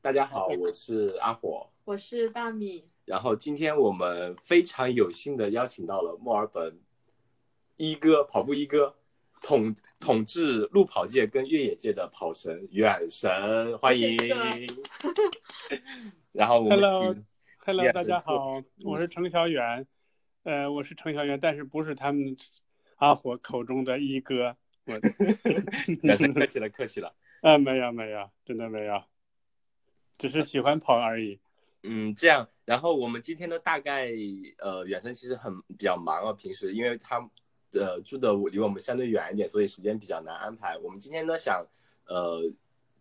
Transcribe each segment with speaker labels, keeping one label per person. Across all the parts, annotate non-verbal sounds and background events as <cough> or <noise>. Speaker 1: 大家好，我是阿火，
Speaker 2: 我是大米。
Speaker 1: 然后今天我们非常有幸的邀请到了墨尔本一哥跑步一哥，统统治路跑界跟越野界的跑神远神，欢迎。 <laughs> 然后我们
Speaker 3: Hello
Speaker 1: 请
Speaker 3: Hello，
Speaker 1: Yes，嗯
Speaker 3: 大家好，我是程小远，呃，我是程小远，但是不是他们阿火口中的一哥，我，
Speaker 1: <laughs> 远神客气了，客气了。
Speaker 3: 啊，没有没有，真的没有，只是喜欢跑而已。
Speaker 1: 嗯，这样，然后我们今天呢，大概呃，远生其实很比较忙啊，平时因为他呃住的离我们相对远一点，所以时间比较难安排。我们今天呢想，呃，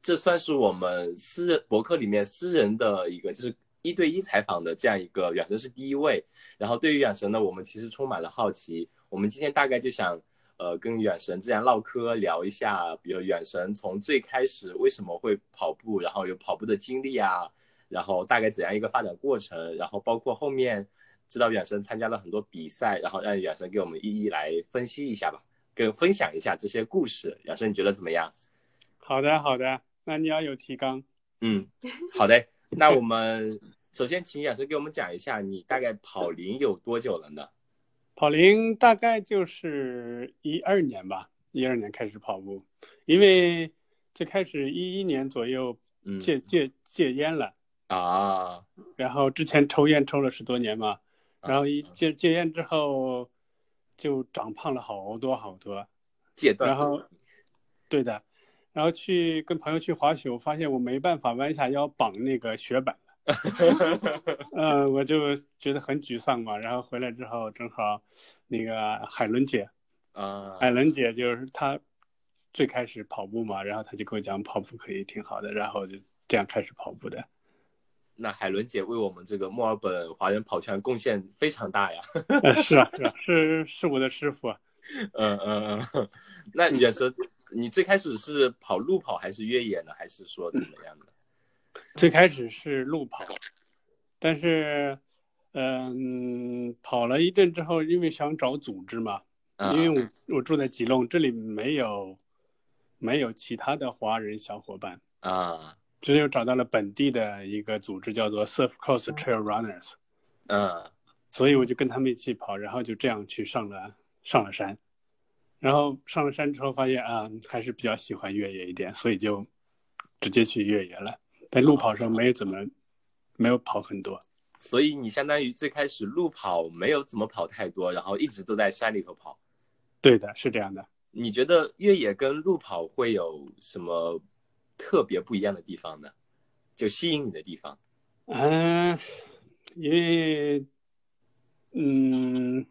Speaker 1: 这算是我们私人博客里面私人的一个，就是一对一采访的这样一个，远生是第一位。然后对于远神呢，我们其实充满了好奇。我们今天大概就想，呃，跟远神这样唠嗑，聊一下，比如远神从最开始为什么会跑步，然后有跑步的经历啊，然后大概怎样一个发展过程，然后包括后面知道远神参加了很多比赛，然后让远神给我们一一来分析一下吧，跟分享一下这些故事。远神，你觉得怎么样？
Speaker 3: 好的好的，那你要有提纲。
Speaker 1: 嗯，好的。那我们首先请远神给我们讲一下，你大概跑龄有多久了呢？
Speaker 3: 跑龄大概就是一二年吧，一二年开始跑步，因为最开始一一年左右
Speaker 1: 嗯
Speaker 3: 戒戒戒烟了。
Speaker 1: 啊，
Speaker 3: 然后之前抽烟抽了十多年嘛，然后一戒戒烟之后，就长胖了好多好多。
Speaker 1: 戒断。
Speaker 3: 然后，对的，然后去跟朋友去滑雪，我发现我没办法弯下腰绑那个雪板了。嗯、我就觉得很沮丧嘛。然后回来之后，正好那个海伦姐，
Speaker 1: 啊，
Speaker 3: 海伦姐就是她最开始跑步嘛，然后她就跟我讲跑步可以挺好的，然后我就这样开始跑步的。
Speaker 1: 那海伦姐为我们这个墨尔本华人跑圈贡献非常大呀。
Speaker 3: 嗯，是啊，是啊，是是我的师傅啊。
Speaker 1: <laughs> 嗯嗯嗯， <laughs> 那你也说，你最开始是跑路跑还是越野呢？还是说怎么样的？
Speaker 3: 最开始是路跑，但是，嗯，跑了一阵之后，因为想找组织嘛，
Speaker 1: 啊
Speaker 3: 因为我我住在吉隆，这里没有没有其他的华人小伙伴，
Speaker 1: 啊
Speaker 3: 只有找到了本地的一个组织，叫做 Surf Coast Trail Runners，
Speaker 1: 嗯
Speaker 3: 所以我就跟他们一起跑，然后就这样去上了上了山，然后上了山之后发现啊，还是比较喜欢越野一点，所以就直接去越野了。在路跑上没有怎么没有跑很多。
Speaker 1: 所以你相当于最开始路跑没有怎么跑太多，然后一直都在山里头跑。
Speaker 3: 对的，是这样的。
Speaker 1: 你觉得越野跟路跑会有什么特别不一样的地方呢？就吸引你的地方？
Speaker 3: 嗯、因为，嗯，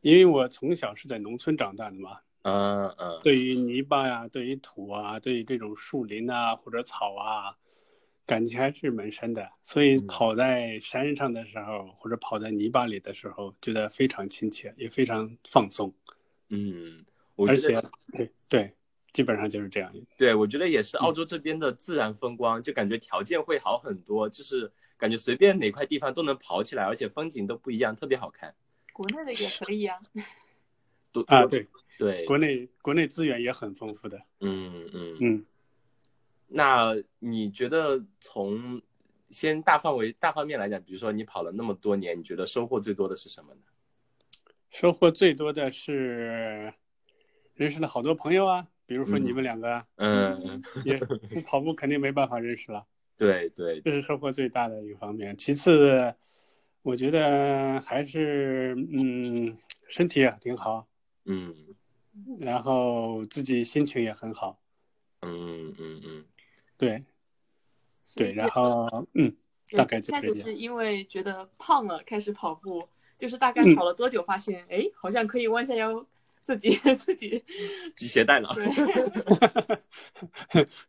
Speaker 3: 因为我从小是在农村长大的嘛，
Speaker 1: 嗯嗯
Speaker 3: 对于泥巴呀、对于土啊、对于这种树林啊或者草啊，感情还是蛮深的。所以
Speaker 1: 嗯
Speaker 3: 跑在山上的时候，或者跑在泥巴里的时候，觉得非常亲切，也非常放松。
Speaker 1: 嗯，我
Speaker 3: 而
Speaker 1: 觉得
Speaker 3: 且，对对，基本上就是这样。
Speaker 1: 对，我觉得也是
Speaker 3: 嗯
Speaker 1: 澳洲这边的自然风光，就感觉条件会好很多，就是感觉随便哪块地方都能跑起来，而且风景都不一样，特别好看。
Speaker 2: 国内的也可以啊，
Speaker 1: 多
Speaker 3: 啊，
Speaker 1: 多
Speaker 3: 对，
Speaker 1: 对，
Speaker 3: 国内国内资源也很丰富的。
Speaker 1: 嗯嗯。
Speaker 3: 嗯。
Speaker 1: 那你觉得从先大范围大方面来讲，比如说你跑了那么多年，你觉得收获最多的是什么呢？
Speaker 3: 收获最多的是认识了好多朋友啊，比如说你们两个，
Speaker 1: 嗯，
Speaker 3: 也不跑步肯定没办法认识了，
Speaker 1: <laughs> 对对，
Speaker 3: 这是收获最大的一个方面。其次，我觉得还是嗯，身体也挺好，
Speaker 1: 嗯
Speaker 3: 然后自己心情也很好，
Speaker 1: 嗯嗯嗯，
Speaker 3: 对
Speaker 2: <laughs> 所以
Speaker 3: 对，然后嗯，
Speaker 2: 对
Speaker 3: 大概就
Speaker 2: 开
Speaker 3: 这
Speaker 2: 始
Speaker 3: 样。
Speaker 2: 是因为觉得胖了开始跑步，就是大
Speaker 3: 嗯
Speaker 2: 概跑了多久发现，哎、好像可以弯下腰自己 <laughs> 自己
Speaker 1: 系鞋带
Speaker 3: 啊
Speaker 1: 了。
Speaker 2: 对，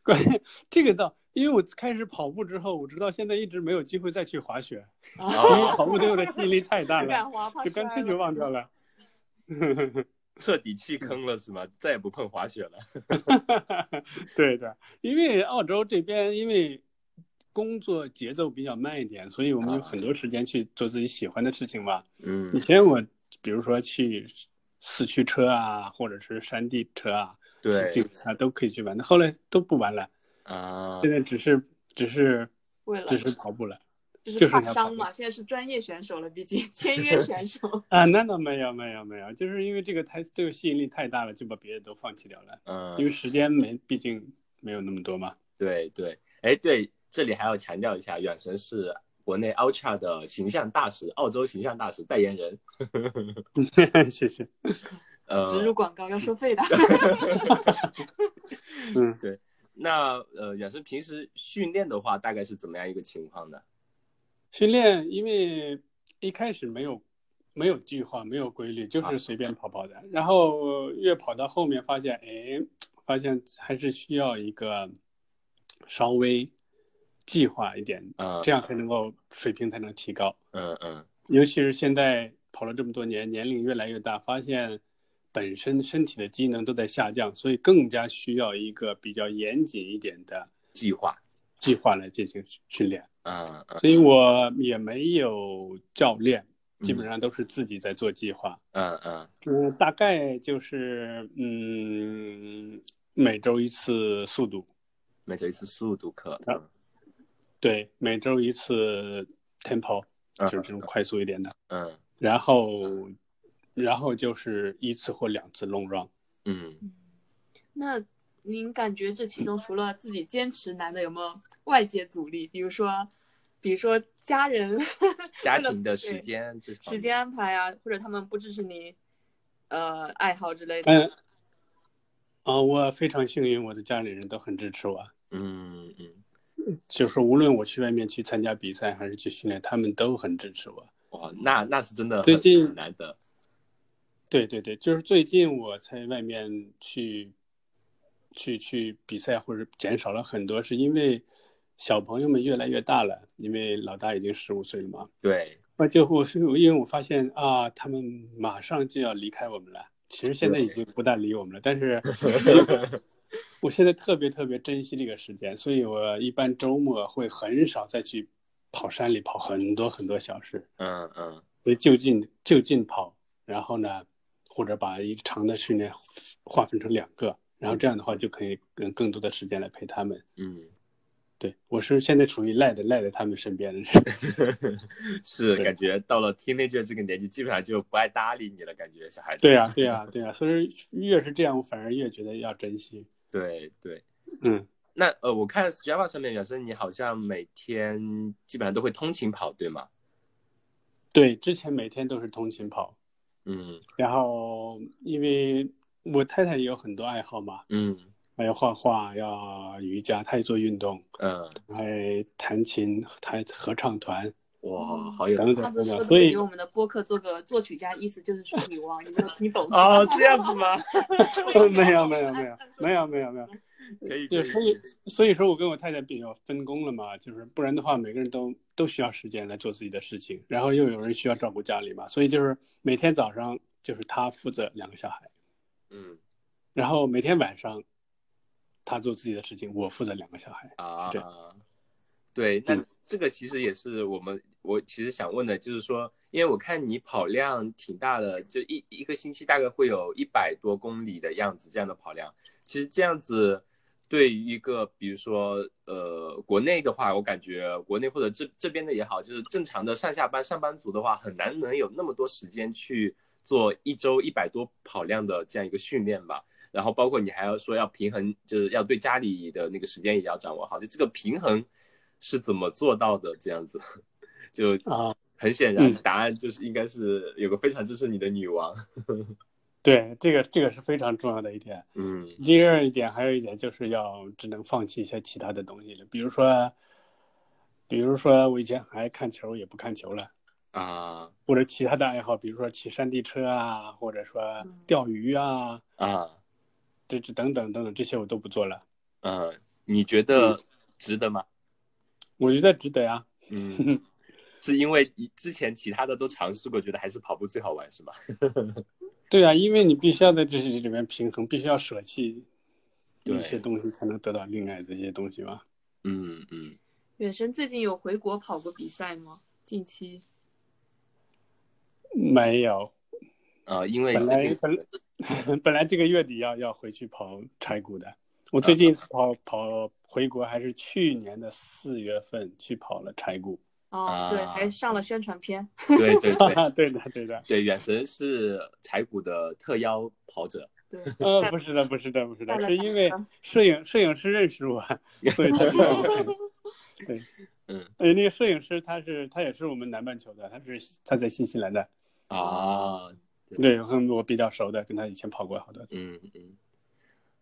Speaker 3: 关键这个倒，因为我开始跑步之后，我直到现在一直没有机会再去滑雪，因
Speaker 2: 啊，
Speaker 1: 哦
Speaker 3: 为跑步对我的吸引力太大
Speaker 2: <laughs> 不
Speaker 3: 了，
Speaker 2: 敢啊滑，怕
Speaker 3: 就干脆
Speaker 2: 摔
Speaker 3: 就
Speaker 2: 了
Speaker 3: 忘掉了。 <laughs>
Speaker 1: 彻底弃坑了是吗？再也不碰滑雪了。
Speaker 3: 对的，因为澳洲这边因为工作节奏比较慢一点，所以我们有很多时间去做自己喜欢的事情嘛。
Speaker 1: 嗯
Speaker 3: 以前我比如说去四驱车啊，或者是山地车啊、
Speaker 1: 对
Speaker 3: 骑自行车啊，都可以去玩的。后来都不玩了，
Speaker 1: 啊
Speaker 3: 现，在只是只是
Speaker 2: 为了
Speaker 3: 只是跑步了
Speaker 2: 就是
Speaker 3: 就
Speaker 2: 怕
Speaker 3: 剩下跑
Speaker 2: 伤
Speaker 3: 步
Speaker 2: 嘛，现在是专业选手了，毕竟签约选
Speaker 1: <laughs>
Speaker 2: 手。
Speaker 3: 啊，那倒没有没有没有，就是因为这个太这个吸引力太大了，就把别的都放弃掉了，
Speaker 1: 嗯
Speaker 3: 因，为时间没毕竟没有那么多嘛。 <laughs>
Speaker 1: 对对，哎对，这里还要强调一下，远神是国内 Ultra 的形象大使，澳洲形象大使代言人。
Speaker 3: 谢谢，
Speaker 1: 呃，
Speaker 2: <laughs> 植入广告要收费的， <laughs>
Speaker 3: 嗯。
Speaker 1: 那呃，远神平时训练的话，大概是怎么样一个情况呢？
Speaker 3: 训练，因为一开始没有没有计划，没有规律，就是随便跑跑的。然后越跑到后面，发现哎，发现还是需要一个稍微计划一点，
Speaker 1: 嗯
Speaker 3: 这样才能够水平才能提高。
Speaker 1: 嗯嗯
Speaker 3: 尤其是现在跑了这么多年，年龄越来越大，发现本身身体的机能都在下降，所以更加需要一个比较严谨一点的
Speaker 1: 计划。
Speaker 3: 计划来进行训练。
Speaker 1: 嗯嗯
Speaker 3: 所以我也没有教练，基本上都是自己在做计划。
Speaker 1: 嗯嗯
Speaker 3: 嗯，大概就是嗯，每周一次速度，
Speaker 1: 每周一次速度课。
Speaker 3: 啊对，每周一次 tempo，
Speaker 1: 嗯
Speaker 3: 就是这种快速一点的。
Speaker 1: 嗯
Speaker 3: 然后，然后就是一次或两次 long run。
Speaker 1: 嗯
Speaker 2: 那您感觉这其中除了自己坚持难的，有没有外界阻力？比如说，比如说家人 <laughs>
Speaker 1: 家
Speaker 2: 为了
Speaker 1: 庭的时
Speaker 2: 对
Speaker 1: 间这方
Speaker 2: 时
Speaker 1: 面
Speaker 2: 间安排啊，或者他们不支持你，呃，爱好之类的。
Speaker 3: 嗯，啊、我非常幸运，我的家里人都很支持我，
Speaker 1: 嗯嗯，
Speaker 3: 就是无论我去外面去参加比赛还是去训练，他们都很支持我。
Speaker 1: 哇，那那是真的
Speaker 3: 最
Speaker 1: 很
Speaker 3: 近
Speaker 1: 很难得。
Speaker 3: 对对对，就是最近我在外面去去去比赛，或者减少了很多，是因为小朋友们越来越大了，因为老大已经十五岁了嘛。
Speaker 1: 对，
Speaker 3: 那就我是因为我发现啊，他们马上就要离开我们了。其实现在已经不大理我们了，但是我现在特别特别珍惜这个时间，所以我一般周末会很少再去跑山里跑很多很多小时。
Speaker 1: 嗯嗯
Speaker 3: 所以就近就近跑，然后呢，或者把一长的训练划分成两个，然后这样的话就可以跟更多的时间来陪他们。
Speaker 1: 嗯。 <laughs>
Speaker 3: 对我是现在处于赖的赖在他们身边的人， <laughs>
Speaker 1: 是
Speaker 3: 对
Speaker 1: 感觉到了 teenager 这个年纪，基本上就不爱搭理你了，感觉小孩子。
Speaker 3: 对啊呀、对呀、对呀、所以越是这样，我反而越觉得要珍惜。
Speaker 1: 对对。
Speaker 3: 嗯，
Speaker 1: 那呃，我看 Strava 上面，表示你好像每天基本上都会通勤跑，对吗？
Speaker 3: 对，之前每天都是通勤跑，
Speaker 1: 嗯
Speaker 3: 然后因为我太太也有很多爱好嘛，
Speaker 1: 嗯
Speaker 3: 还有画画，要瑜伽，她也做运动，
Speaker 1: 嗯，
Speaker 3: 还弹琴，弹合唱团，
Speaker 1: 哇，好有。
Speaker 3: 等
Speaker 2: 上
Speaker 3: 等
Speaker 2: 次
Speaker 3: 等
Speaker 2: 说
Speaker 3: 等，
Speaker 2: 的
Speaker 3: 所以
Speaker 2: 给我们的播客做个作曲家，意思就是说你忘，你没有听懂
Speaker 1: <laughs>
Speaker 3: 啊
Speaker 1: 哦，这样子吗？
Speaker 2: <laughs>
Speaker 3: <laughs>
Speaker 2: 哎
Speaker 3: 没有没有没有没有没有没有，
Speaker 1: 可以可
Speaker 3: 对，
Speaker 1: 以。
Speaker 3: 所以所以说我跟我太太比较分工了嘛，就是不然的话，每个人都都需要时间来做自己的事情，然后又有人需要照顾家里嘛，所以就是每天早上就是她负责两个小孩，
Speaker 1: 嗯
Speaker 3: 然后每天晚上她做自己的事情，我负责两个小孩。
Speaker 1: 啊
Speaker 3: 对，
Speaker 1: 对，那
Speaker 3: 嗯
Speaker 1: 这个其实也是我们我其实想问的，就是说，因为我看你跑量挺大的，就一一个星期大概会有一百多公里的样子，这样的跑量，其实这样子。对于一个，比如说，呃，国内的话，我感觉国内或者这这边的也好，就是正常的上下班上班族的话，很难能有那么多时间去做一周一百多跑量的这样一个训练吧。然后包括你还要说要平衡，就是要对家里的那个时间也要掌握好，就这个平衡是怎么做到的？这样子，就
Speaker 3: 啊
Speaker 1: 很显然
Speaker 3: 嗯
Speaker 1: 答案就是应该是有个非常支持你的女王。
Speaker 3: 对，这个这个是非常重要的一点。
Speaker 1: 嗯
Speaker 3: 第二一点，还有一点就是要只能放弃一些其他的东西了，比如说，比如说我以前还看球，也不看球了。
Speaker 1: 啊
Speaker 3: 或者其他的爱好，比如说骑山地车啊，或者说钓鱼啊，
Speaker 1: 啊
Speaker 3: 这这等等等等，这些我都不做了。
Speaker 1: 嗯，你觉
Speaker 3: 嗯
Speaker 1: 得值得吗？
Speaker 3: 我觉得值得呀。 <laughs>
Speaker 1: 嗯，是因为你之前其他的都尝试过，觉得还是跑步最好玩是吗？
Speaker 3: 对啊，因为你必须要在这里面平衡，必须要舍弃
Speaker 1: 对
Speaker 3: 一些东西，才能得到另外的一些东西嘛。
Speaker 1: 嗯嗯
Speaker 2: 远神最近有回国跑过比赛吗？近期
Speaker 3: 没有，
Speaker 1: 呃，因为
Speaker 3: 本
Speaker 1: 最
Speaker 3: 来 <laughs>
Speaker 1: 近
Speaker 3: 本本来这个月底要要回去跑柴谷的，我最近一次跑跑回国还是去年的四月份去跑了柴谷。
Speaker 2: 哦，对，还上了宣传片。
Speaker 1: 对对
Speaker 3: <laughs>
Speaker 1: 对
Speaker 3: 对的，对的。
Speaker 1: 对，远神是柴谷的特邀跑者。
Speaker 2: 对，
Speaker 3: <laughs> 呃，不是的，不是的，不是
Speaker 2: 带
Speaker 3: 的，
Speaker 2: 了
Speaker 3: 是因为
Speaker 2: 带了
Speaker 3: 摄影摄影师认识 <laughs> 我，所以他让 <laughs> 我。对，
Speaker 1: 嗯，
Speaker 3: 呃，那个摄影师他是他也是我们南半球的，他是他在新西兰的，
Speaker 1: 啊，
Speaker 3: 对，我跟我比较熟的，跟他以前跑过好多次。
Speaker 1: 嗯嗯。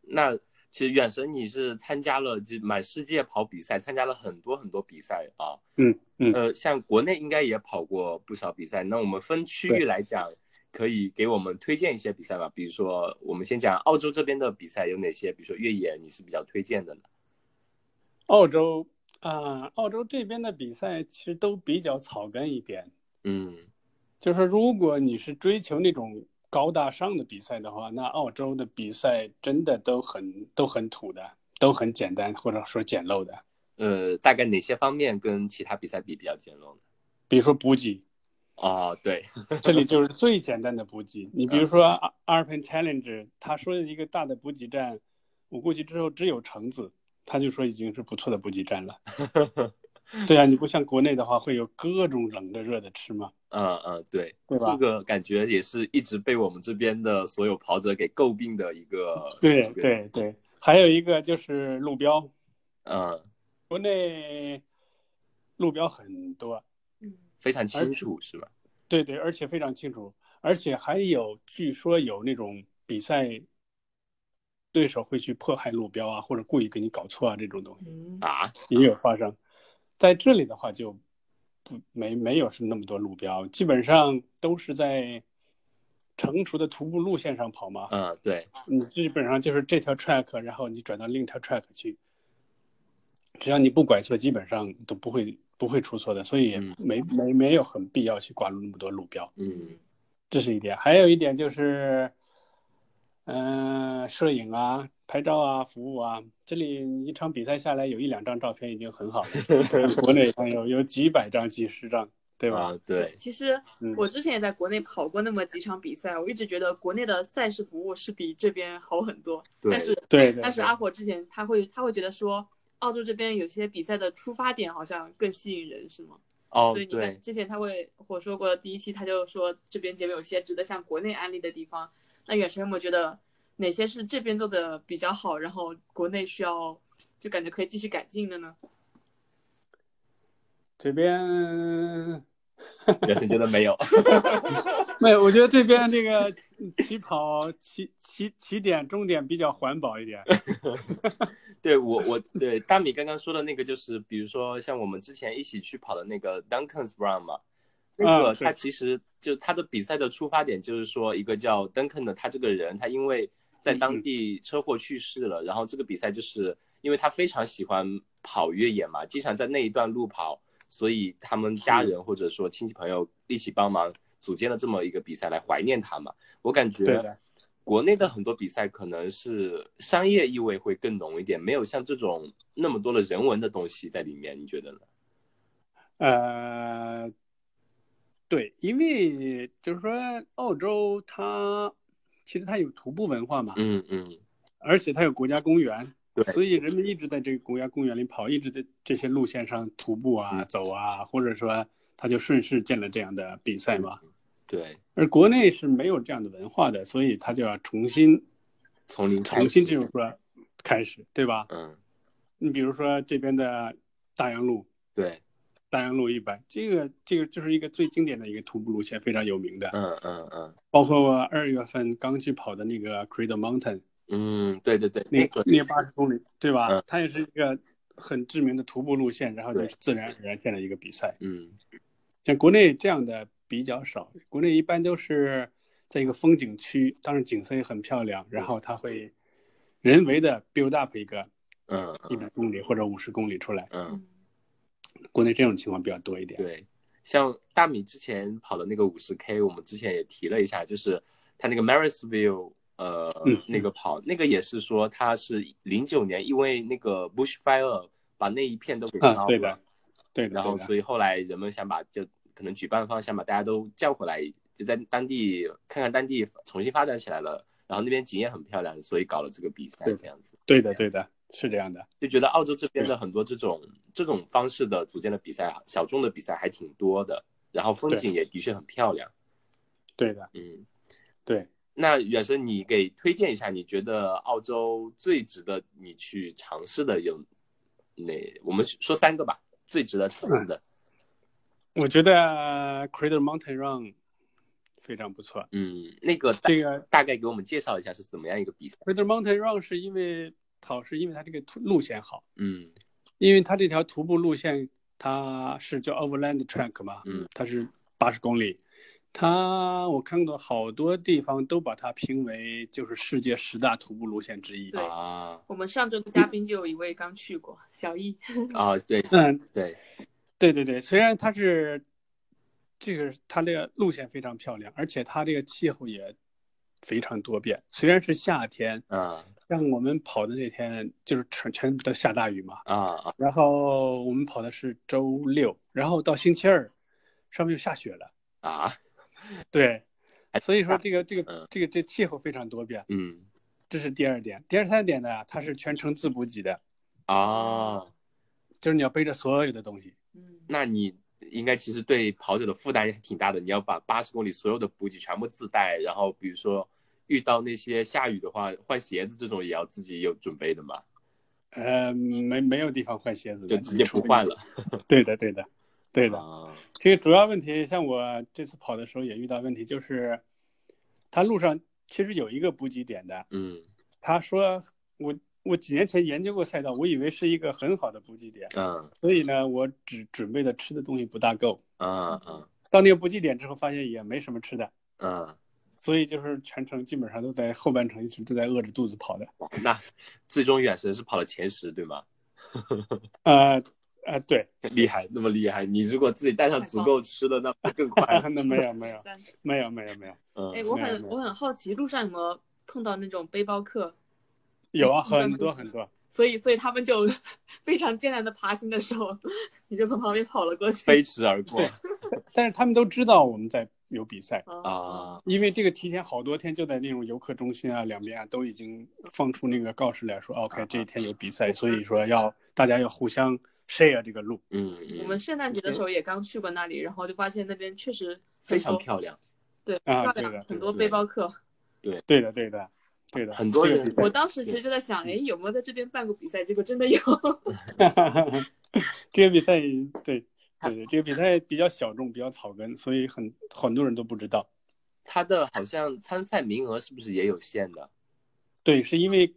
Speaker 1: 那其实远神你是参加了就满世界跑比赛，参加了很多很多比赛啊。
Speaker 3: 嗯嗯，
Speaker 1: 呃，像国内应该也跑过不少比赛。那我们分区域
Speaker 3: 对
Speaker 1: 来讲，可以给我们推荐一些比赛吧？比如说，我们先讲澳洲这边的比赛有哪些？比如说越野，你是比较推荐的呢？
Speaker 3: 澳洲啊、澳洲这边的比赛其实都比较草根一点，
Speaker 1: 嗯
Speaker 3: 就是说如果你是追求那种高大上的比赛的话，那澳洲的比赛真的都很都很土的，都很简单或者说简陋的，
Speaker 1: 呃，大概哪些方面跟其他比赛比比较简陋呢？
Speaker 3: 比如说补给，
Speaker 1: 哦，对， <laughs>
Speaker 3: 这里就是最简单的补给。你比如说阿阿尔 n Challenge，他说的一个大的补给站，我估计之后只有橙子，他就说已经是不错的补给站了。对啊，你不像国内的话，会有各种冷的、热的吃嘛，
Speaker 1: 嗯嗯，对，
Speaker 3: 对吧
Speaker 1: 这个感觉也是一直被我们这边的所有跑者给诟病的一个。
Speaker 3: 对
Speaker 1: 一个，
Speaker 3: 对对，还有一个就是路标，
Speaker 1: 嗯，
Speaker 3: 国内路标很多，
Speaker 2: 嗯，
Speaker 1: 非常
Speaker 3: 而
Speaker 1: 清
Speaker 3: 且
Speaker 1: 楚是吗？
Speaker 3: 对对，而且非常清楚，而且还有据说有那种比赛对手会去迫害路标啊，或者故意给你搞错啊这种东西。
Speaker 2: 嗯
Speaker 1: 啊，
Speaker 3: 也有发生。在这里的话就不没没有是那么多路标，基本上都是在成熟的徒步路线上跑嘛。
Speaker 1: 嗯，对，
Speaker 3: 你基本上就是这条 track，然后你转到另一条 track 去，只要你不拐错，基本上都不会不会出错的，所以也
Speaker 1: 嗯
Speaker 3: 没没没有很必要去挂那么多路标，
Speaker 1: 嗯
Speaker 3: 这是一点。还有一点就是，嗯、摄影啊、拍照啊、服务啊，这里一场比赛下来有一两张照片已经很好
Speaker 1: <laughs>
Speaker 3: 了，国内朋友有几百张、几十张，对吧？
Speaker 1: 啊，对，
Speaker 2: 其实
Speaker 3: 嗯
Speaker 2: 我之前也在国内跑过那么几场比赛，我一直觉得国内的赛事服务是比这边好很多。
Speaker 1: 对
Speaker 2: 但是
Speaker 3: 对对对
Speaker 2: 但是阿火之前他会他会觉得说，澳洲这边有些比赛的出发点好像更吸引人，是吗？
Speaker 1: 哦
Speaker 2: 所以，你看
Speaker 1: 对，
Speaker 2: 之前他会火说过的第一期，他就说这边节目有些值得向国内安利的地方。那远程有没有觉得哪些是这边做的比较好，然后国内需要就感觉可以继续改进的呢？
Speaker 3: 这边
Speaker 1: 原神觉得没有，
Speaker 3: <laughs> 没有，我觉得这边这个起跑起起起点、终点比较环保一点。
Speaker 1: 对我我对大米刚刚说的那个就是，比如说像我们之前一起去跑的那个 Duncan's Run 嘛，那个
Speaker 3: 啊是
Speaker 1: 他其实就他的比赛的出发点就是说，一个叫 Duncan 的他这个人，他因为在当地车祸去世了，然后这个比赛就是因为他非常喜欢跑越野嘛，经常在那一段路跑，所以他们家人或者说亲戚朋友一起帮忙组建了这么一个比赛来怀念他嘛。我感
Speaker 3: 对
Speaker 1: 觉
Speaker 3: 的
Speaker 1: 国内的很多比赛可能是商业意味会更浓一点，没有像这种那么多的人文的东西在里面，你觉得呢？
Speaker 3: 呃，对，因为就是说澳洲它其实它有徒步文化嘛，
Speaker 1: 嗯嗯，
Speaker 3: 而且它有国家公园，
Speaker 1: 对
Speaker 3: 所以人们一直在这个国家公园里跑，一直在这些路线上徒步啊、
Speaker 1: 嗯
Speaker 3: 走啊，或者说他就顺势建了这样的比赛嘛。
Speaker 1: 对，
Speaker 3: 而国内是没有这样的文化的，所以他就要重新
Speaker 1: 从零开
Speaker 3: 重新
Speaker 1: 始
Speaker 3: 就是说开始，对吧？
Speaker 1: 嗯，
Speaker 3: 你比如说这边的大洋路，
Speaker 1: 对，
Speaker 3: 大洋路一百，这个这个就是一个最经典的一个徒步路线，非常有名的。
Speaker 1: 嗯嗯嗯
Speaker 3: 包括我二月份刚去跑的那个 Credo Mountain，
Speaker 1: 嗯，对对对，
Speaker 3: 那
Speaker 1: 那个
Speaker 3: 那八十公里，对吧？
Speaker 1: 嗯
Speaker 3: 它也是一个很知名的徒步路线，然后就
Speaker 1: 对
Speaker 3: 是自然而然建了一个比赛。
Speaker 1: 嗯
Speaker 3: 像国内这样的比较少，国内一般都是在一个风景区，当然景色也很漂亮，然后它会人为的 build up 一个
Speaker 1: 嗯
Speaker 3: 一
Speaker 1: 嗯
Speaker 3: 百公里或者五十公里出来。
Speaker 1: 嗯。
Speaker 3: 国内这种情况比较多一点。
Speaker 1: 对，像大米之前跑的那个五十 K，我们之前也提了一下，就是他那个 Marisville，呃，
Speaker 3: 嗯
Speaker 1: 那个跑那个也是说他是零九年因为那个 bushfire 把那一片都给
Speaker 3: 啊
Speaker 1: 烧
Speaker 3: 对
Speaker 1: 了，
Speaker 3: 的对的，
Speaker 1: 然后
Speaker 3: 对的
Speaker 1: 所以后来人们想把就可能举办方想把大家都叫回来，就在当地看看当地重新发展起来了，然后那边景也很漂亮，所以搞了这个比赛
Speaker 3: 对
Speaker 1: 这样子。
Speaker 3: 对的，对的，是这样的。
Speaker 1: 就觉得澳洲这边的很多这种这种方式的组建的比赛啊，小众的比赛还挺多的，然后风景也的确很漂亮。
Speaker 3: 对的，
Speaker 1: 嗯，
Speaker 3: 对。
Speaker 1: 那远生，你给推荐一下，你觉得澳洲最值得你去尝试的有哪？我们说三个吧，最值得尝试的。
Speaker 3: 我觉得 Crater Mountain Run 非常不错。
Speaker 1: 嗯，那个大
Speaker 3: 这个
Speaker 1: 大概给我们介绍一下是怎么样一个比赛？
Speaker 3: Crater Mountain Run 是因为好，是因为它这个途路线好，
Speaker 1: 嗯
Speaker 3: 因为它这条徒步路线它是叫 Overland Track 嘛，
Speaker 1: 嗯，
Speaker 3: 它是八十公里。它我看到好多地方都把它评为就是世界十大徒步路线之一。
Speaker 2: 对
Speaker 1: 啊
Speaker 2: 我们上周的嘉宾就有一位刚去过，小易。 <laughs>
Speaker 1: 啊，对
Speaker 3: 嗯，
Speaker 1: 对，
Speaker 3: 对对对，虽然它是这个它这个路线非常漂亮，而且它这个气候也非常多变。虽然是夏天，
Speaker 1: 啊
Speaker 3: 像我们跑的那天就是全全部都下大雨嘛，
Speaker 1: 啊啊
Speaker 3: 然后我们跑的是周六，然后到星期二上面又下雪了，
Speaker 1: 啊，
Speaker 3: 对，所以说
Speaker 1: 啊
Speaker 3: 这个这
Speaker 1: 嗯
Speaker 3: 个这个这气候非常多变，
Speaker 1: 嗯
Speaker 3: 这是第二点。第二三点呢，它是全程自补给的，
Speaker 1: 啊，
Speaker 3: 就是你要背着所有的东西。
Speaker 2: 嗯，
Speaker 1: 那你应该其实对跑者的负担也挺大的。你要把八十公里所有的补给全部自带，然后比如说遇到那些下雨的话，换鞋子这种也要自己有准备的嘛，
Speaker 3: 呃，没没有地方换鞋子的，
Speaker 1: 就直接不换了。
Speaker 3: 对的，对的，对的。
Speaker 1: 啊，
Speaker 3: 这个主要问题，像我这次跑的时候也遇到问题，就是它路上其实有一个补给点的。
Speaker 1: 嗯
Speaker 3: 他说我我几年前研究过赛道，我以为是一个很好的补给点，
Speaker 1: 嗯
Speaker 3: 所以呢，我只准备的吃的东西不大够。
Speaker 1: 嗯嗯
Speaker 3: 到那个补给点之后，发现也没什么吃的，
Speaker 1: 嗯，
Speaker 3: 所以就是全程基本上都在后半程一直都在饿着肚子跑的。
Speaker 1: 那最终远神是跑了前十对吗？
Speaker 3: 呃呃，对，
Speaker 1: 厉害，那么厉害！你如果自己带上足够吃的，那不更
Speaker 3: <laughs>
Speaker 1: 快？
Speaker 3: 那没有没有
Speaker 2: 三
Speaker 3: 没有没有没有
Speaker 1: 嗯
Speaker 2: 哎，我
Speaker 3: 没有
Speaker 2: 很
Speaker 3: 没有
Speaker 2: 我很好奇，路上有没有碰到那种背包客？
Speaker 3: 有啊，很多很多。
Speaker 2: 所以所以他们就 <laughs> 非常艰难的爬行的时候，你就从旁边跑了过去。
Speaker 1: 飞驰而过
Speaker 3: 但是他们都知道我们在有比赛，
Speaker 2: 啊，
Speaker 1: 啊！
Speaker 3: 因为这个提前好多天就在那种游客中心啊，两边啊都已经放出那个告示来说，OK，这一天有比赛，所以说要大家要互相 share 这个路。
Speaker 1: 嗯
Speaker 2: 我
Speaker 1: 嗯
Speaker 2: 们，圣诞节的时候也刚去过那里，然后就发现那边确实
Speaker 1: 非常
Speaker 2: 亮，
Speaker 1: 漂亮。
Speaker 2: 对，
Speaker 3: 啊
Speaker 2: 漂
Speaker 3: 对
Speaker 2: 亮
Speaker 3: 的，
Speaker 2: 很多背包客。
Speaker 3: 对的，对的，对的，
Speaker 1: 很多
Speaker 3: 这个
Speaker 1: 人
Speaker 3: 比赛
Speaker 1: 对
Speaker 2: 我当时其实就在想，哎，有没有在这边办过比赛？结果真的有。
Speaker 3: <laughs> 这个比赛对对对，这个比赛比较小众，比较草根，所以很很多人都不知道。
Speaker 1: 它的好像参赛名额是不是也有限的
Speaker 3: 对，是因为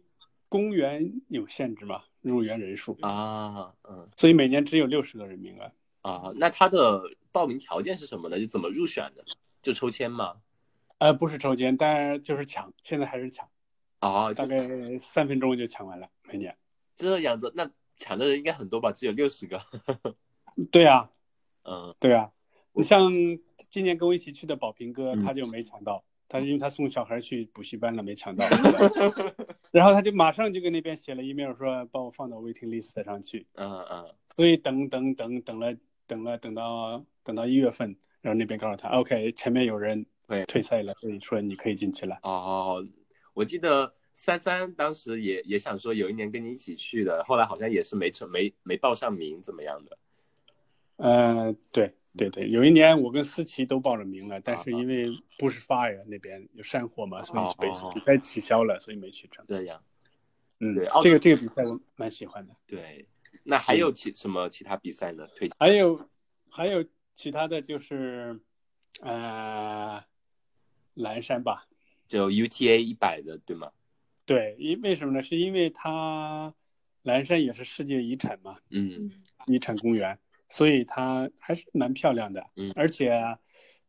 Speaker 3: 公园有限制嘛，入园人数，
Speaker 1: 啊？嗯。
Speaker 3: 所以每年只有六十个人名额。
Speaker 1: 啊，那它的报名条件是什么呢？就怎么入选的？就抽签吗？
Speaker 3: 呃，不是抽签，但就是抢，现在还是抢，
Speaker 1: 啊，
Speaker 3: 大
Speaker 1: 就
Speaker 3: 概三分钟就抢完了，每年。
Speaker 1: 这样子，那抢的人应该很多吧？只有六十个。 <laughs>
Speaker 3: 对啊，
Speaker 1: 嗯
Speaker 3: 对啊，你像今年跟我一起去的宝平哥，
Speaker 1: 嗯
Speaker 3: 他就没抢到，他是因为他送小孩去补习班了，没
Speaker 1: <laughs>
Speaker 3: 抢到。然后他就马上就跟那边写了 email 说，帮我放到 waiting list 上去。
Speaker 1: 嗯嗯
Speaker 3: 所以等等等等了等了等到等到一月份，然后那边告诉他，OK，前面有人
Speaker 1: 对
Speaker 3: 退赛了，所以说你可以进去了。
Speaker 1: 哦，我记得三三当时也也想说有一年跟你一起去的，后来好像也是没成没没报上名，怎么样的？
Speaker 3: 呃，对对对，有一年我跟思琪都报了名了，但是因为不是发呀，那边有山火嘛，所以
Speaker 1: 啊哦
Speaker 3: 比
Speaker 1: 哦哦
Speaker 3: 比赛取消了，所以没去成。
Speaker 1: 这样
Speaker 3: 嗯
Speaker 1: 对，奥
Speaker 3: 这个这个比赛我蛮喜欢的。
Speaker 1: 对。那还有其什么其他比赛呢？推荐
Speaker 3: 还有还有其他的就是，呃，蓝山吧，
Speaker 1: 就 UTA 一百的，对吗？
Speaker 3: 对，因为什么呢？是因为它蓝山也是世界遗产嘛，
Speaker 1: 嗯
Speaker 3: 遗产公园，所以它还是蛮漂亮的。
Speaker 1: 嗯
Speaker 3: 而且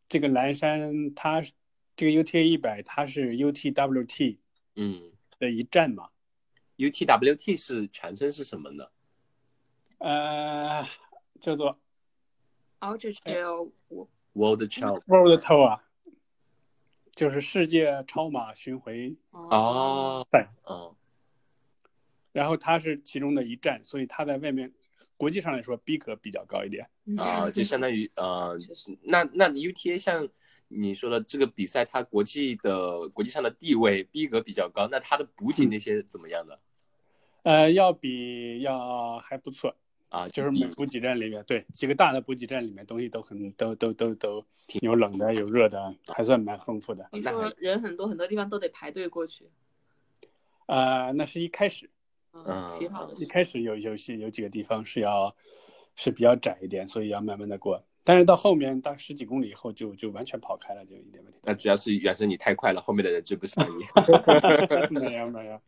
Speaker 3: 这个蓝山它是这个 UTA 一百，它是 UTWT
Speaker 1: 嗯
Speaker 3: 的一站嘛，
Speaker 1: ，UTWT 是全称是什么呢？
Speaker 3: 呃，叫做
Speaker 2: Ultra Trail，我
Speaker 1: World Trail
Speaker 3: World Tour，啊就是世界超马巡回，
Speaker 1: 哦，
Speaker 3: 对，
Speaker 1: 嗯
Speaker 3: 然后它是其中的一站，所以它在外面国际上 <laughs> 来说逼格比较高一点。
Speaker 1: 哦
Speaker 2: 嗯
Speaker 1: 啊，就相当于呃
Speaker 2: 确实，
Speaker 1: 那那 UTA 像你说的这个比赛它国际的国际上的地位逼格比较高，那它的补
Speaker 3: 嗯
Speaker 1: 给那些怎么样的？
Speaker 3: 呃，要比要还不错，
Speaker 1: 啊，
Speaker 3: 就是每补给站里面，对几个大的补给站里面东西都很都都都都有冷的有热的，还算蛮丰富的。
Speaker 2: 你说人很多，很多地方都得排队过去。
Speaker 3: 呃，那是一开始，
Speaker 2: 嗯，挺好的
Speaker 3: 一。开始有有些有几个地方是要是比较窄一点，所以要慢慢的过。但是到后面大概十几公里以后就就完全跑开了，就一点问题 <laughs>
Speaker 1: 那主要是原生你太快了，后面的人追不上你。
Speaker 3: 都没有。没有没有，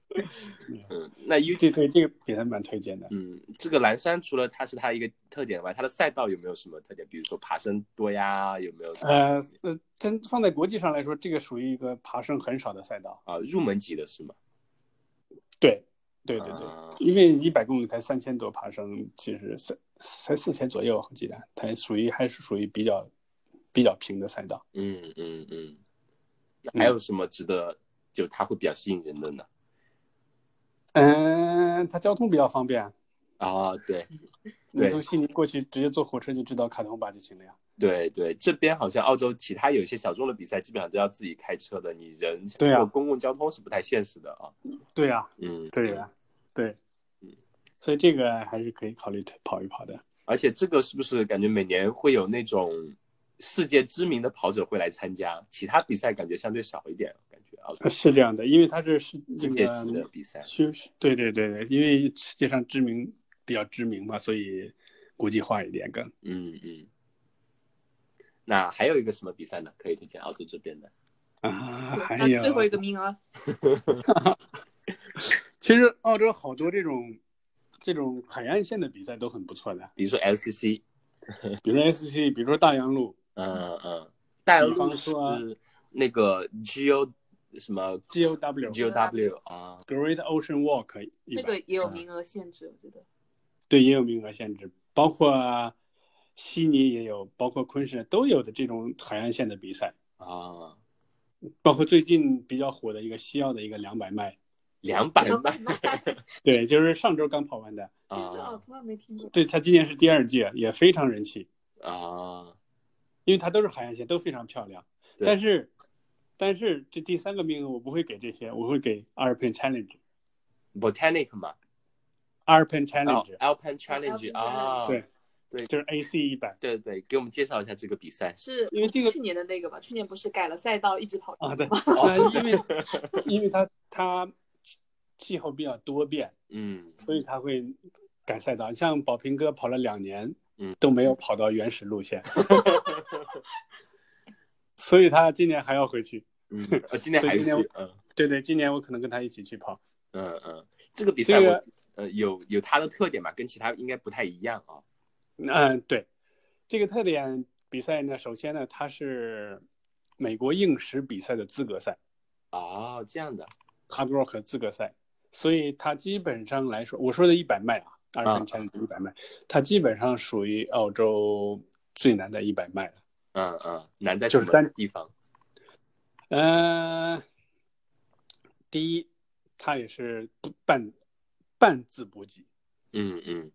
Speaker 1: 嗯，那 U
Speaker 3: 这对这个比赛蛮推荐的。
Speaker 1: 嗯，这个蓝山除了它是它一个特点外，它的赛道有没有什么特点？比如说爬升多呀，有没有
Speaker 3: 呃呃，真放在国际上来说，这个属于一个爬升很少的赛道。
Speaker 1: 啊入门级的是吗？
Speaker 3: 对对对对，
Speaker 1: 啊
Speaker 3: 因为一百公里才三千多爬升，其实三才四千左右，我记得，它属于还是属于比较比较平的赛道。
Speaker 1: 嗯嗯嗯，那还有什么值得就它会比较吸引人的呢？
Speaker 3: 嗯，它交通比较方便，
Speaker 1: 啊，对
Speaker 3: 你
Speaker 1: 对
Speaker 3: 从悉尼过去直接坐火车就知道卡通巴就行了呀。
Speaker 1: 对对，这边好像澳洲其他有一些小众的比赛基本上都要自己开车的，你人
Speaker 3: 对啊
Speaker 1: 坐公共交通是不太现实的啊。
Speaker 3: 对呀、
Speaker 1: 嗯，
Speaker 3: 对呀、对，所以这个还是可以考虑跑一跑的。
Speaker 1: 而且这个是不是感觉每年会有那种世界知名的跑者会来参加？其他比赛感觉相对少一点，感觉啊，
Speaker 3: 呃是这样的，因为它这是这
Speaker 1: 世界级的
Speaker 3: 个
Speaker 1: 比赛，
Speaker 3: 趋势，对对对对，因为世界上知名比较知名嘛，所以国际化一点更。
Speaker 1: 嗯嗯。那还有一个什么比赛呢？可以推荐澳洲这边的？
Speaker 3: 啊，还
Speaker 2: 那
Speaker 3: 有
Speaker 2: 最后一个名额，
Speaker 3: 其实澳洲好多这种这种海岸线的比赛都很不错的，
Speaker 1: 比如说 LCC，
Speaker 3: <laughs>
Speaker 2: 嗯
Speaker 3: 比如说 SC，比如说大洋路
Speaker 1: 嗯嗯，大洋
Speaker 3: 比
Speaker 1: 路
Speaker 3: 方说啊
Speaker 1: 是那个 GO 什么
Speaker 3: GOW
Speaker 1: GOW 啊，
Speaker 3: Great Ocean Walk 一
Speaker 2: 那
Speaker 3: 百，
Speaker 2: 个也有
Speaker 3: 啊
Speaker 2: 名额限制，我觉得。
Speaker 3: 对，也有名额限制，包括悉尼也有，包括昆士都有的这种海岸线的比赛，
Speaker 1: 啊，
Speaker 3: 包括最近比较火的一个西澳的一个两百迈，
Speaker 1: 两百
Speaker 2: 然后 <laughs>
Speaker 1: 迈
Speaker 3: 对，就是上周刚跑完的，
Speaker 2: 天哪，我
Speaker 1: 哎 <laughs> 啊
Speaker 2: 哦从来没听过。
Speaker 3: 对，它今年是第二届，也非常人气。
Speaker 1: 啊，
Speaker 3: 因为它都是海岸线，都非常漂亮。
Speaker 1: 对
Speaker 3: 但是，但是这第三个名额我不会给这些，我会给 Alpine Challenge。
Speaker 1: Botanic 嘛，
Speaker 3: Alpine
Speaker 1: 然后
Speaker 3: Challenge、
Speaker 1: Alpine Challenge
Speaker 2: Alpine
Speaker 1: 啊，
Speaker 3: 对
Speaker 1: 哦对
Speaker 3: 就是 AC 一百
Speaker 1: 对对，给我们介绍一下这个比赛
Speaker 2: 是
Speaker 3: 因为这个
Speaker 2: 去年的那个吧，去年不是改了赛道，一直跑
Speaker 3: 啊，<laughs>
Speaker 2: 的
Speaker 3: 对，
Speaker 1: 哦
Speaker 3: 那因为因为它它气候比较多变，
Speaker 1: 嗯
Speaker 3: 所以它会改赛道。像宝平哥跑了两年，
Speaker 1: 嗯，
Speaker 3: 都没有跑到原始路线， <laughs> 所以他今年还要回去。
Speaker 1: 嗯，呃今年还
Speaker 3: 所以今年
Speaker 1: 是嗯
Speaker 3: 对对，今年我可能跟他一起去跑。
Speaker 1: 嗯嗯，这个比赛
Speaker 3: 这
Speaker 1: 我
Speaker 3: 个
Speaker 1: 呃有有它的特点嘛，跟其他应该不太一样啊，
Speaker 3: 嗯，对，这个特点比赛呢，首先呢，它是美国硬石比赛的资格赛
Speaker 1: 哦这样的
Speaker 3: （Hard Rock 资格赛），所以它基本上来说，我说的一百迈啊，二
Speaker 1: 啊
Speaker 3: 分千一百迈，它基本上属于澳洲最难的一百迈了。
Speaker 1: 嗯嗯，难在什
Speaker 3: 就
Speaker 1: 么
Speaker 3: 是单
Speaker 1: 地方
Speaker 3: 嗯、第一，它也是不半半自补给，
Speaker 1: 嗯嗯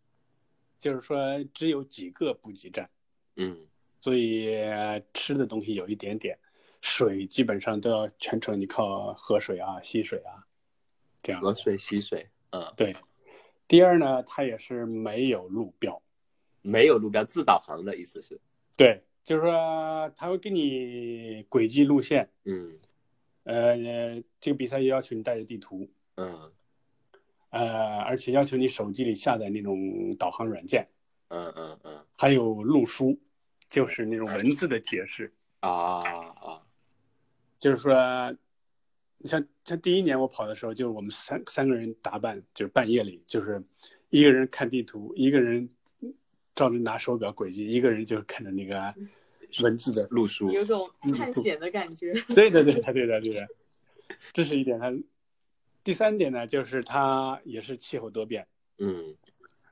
Speaker 3: 就是说只有几个补给站。
Speaker 1: 嗯
Speaker 3: 所以呃吃的东西有一点点，水基本上都要全程你靠喝水啊、吸水啊，这样。
Speaker 1: 河水溪水嗯
Speaker 3: 对。第二呢，它也是没有路标，
Speaker 1: 没有路标自导航的意思是
Speaker 3: 对，就是说它会给你轨迹路线，
Speaker 1: 嗯
Speaker 3: 呃，这个比赛也要求你带着地图，
Speaker 1: 嗯
Speaker 3: 呃，而且要求你手机里下载那种导航软件，
Speaker 1: 嗯嗯嗯
Speaker 3: 还有路书，就是那种文字的解释。
Speaker 1: 啊啊
Speaker 3: 就是说，像像第一年我跑的时候，就是我们三三个人打扮，就是半夜里，就是一个人看地图，一个人照着拿手表轨迹，一个人就是看着那个文字的。
Speaker 1: 路书
Speaker 2: 有种探险的感觉。
Speaker 3: 对的，对的，对的，对的。这是一点。它第三点呢，就是它也是气候多变，
Speaker 1: 嗯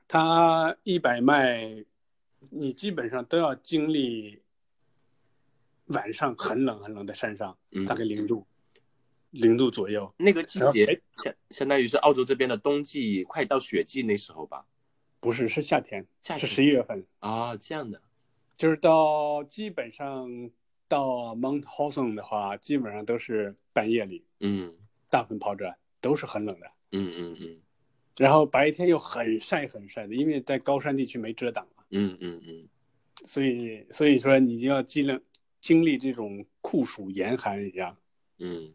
Speaker 3: 它一百迈，你基本上都要经历晚上很冷很冷的山上，
Speaker 1: 嗯
Speaker 3: 大概零度，零度左右。
Speaker 1: 那个季
Speaker 3: 然后哎
Speaker 1: 节相相当于是澳洲这边的冬季快到雪季那时候吧
Speaker 3: 不是，是夏天，
Speaker 1: 夏
Speaker 3: 是
Speaker 1: 天
Speaker 3: 十一月份，
Speaker 1: 啊这样的
Speaker 3: 就是到基本上到 Mount Hawthorne 的话，基本上都是半夜里，
Speaker 1: 嗯
Speaker 3: 大部分跑者都是很冷的，
Speaker 1: 嗯嗯嗯
Speaker 3: 然后白天又很晒很晒的，因为在高山地区没遮挡嘛，
Speaker 1: 嗯嗯嗯，
Speaker 3: 所以所以说你要尽量经历这种酷暑严寒一样，
Speaker 1: 嗯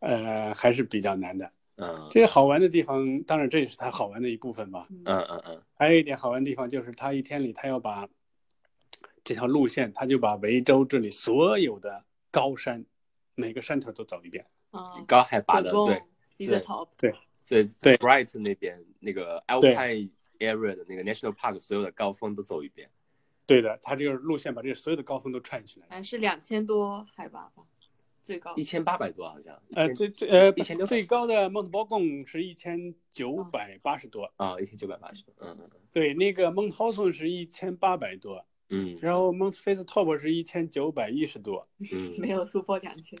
Speaker 3: 呃，还是比较难的。
Speaker 1: 嗯
Speaker 3: 这个好玩的地方，当然这也是它好玩的一部分嘛。
Speaker 1: 嗯嗯嗯
Speaker 3: 还有一点好玩的地方就是，它一天里它要把这条路线，它就把维州这里所有的高山，每个山头都走一遍。
Speaker 2: 嗯，
Speaker 1: 高海拔的，对，
Speaker 2: 一
Speaker 1: 对
Speaker 2: 个 top，
Speaker 1: 对
Speaker 3: 对
Speaker 1: Bright 那边那个 Alpine Area 的那个 National Park 所有的高峰都走一遍，
Speaker 3: 对的，它这个路线把这所有的高峰都串起
Speaker 2: 好
Speaker 3: 来。
Speaker 2: 像是两千多海拔吧，最高
Speaker 1: 一。千八百多好像，
Speaker 3: 呃，这这呃，
Speaker 1: 一千六百哦
Speaker 3: 最高的 Mount Bogum 是一千九百八十多，
Speaker 1: 啊一千九百八十，嗯嗯
Speaker 3: 对，那个 Mount Hawthorne 是一千八百多，
Speaker 2: <laughs>
Speaker 1: 嗯
Speaker 3: 然后 Mount Fitztop 是一千九百一十
Speaker 1: <laughs>
Speaker 3: 多，
Speaker 1: 嗯，
Speaker 2: 没有突破两千，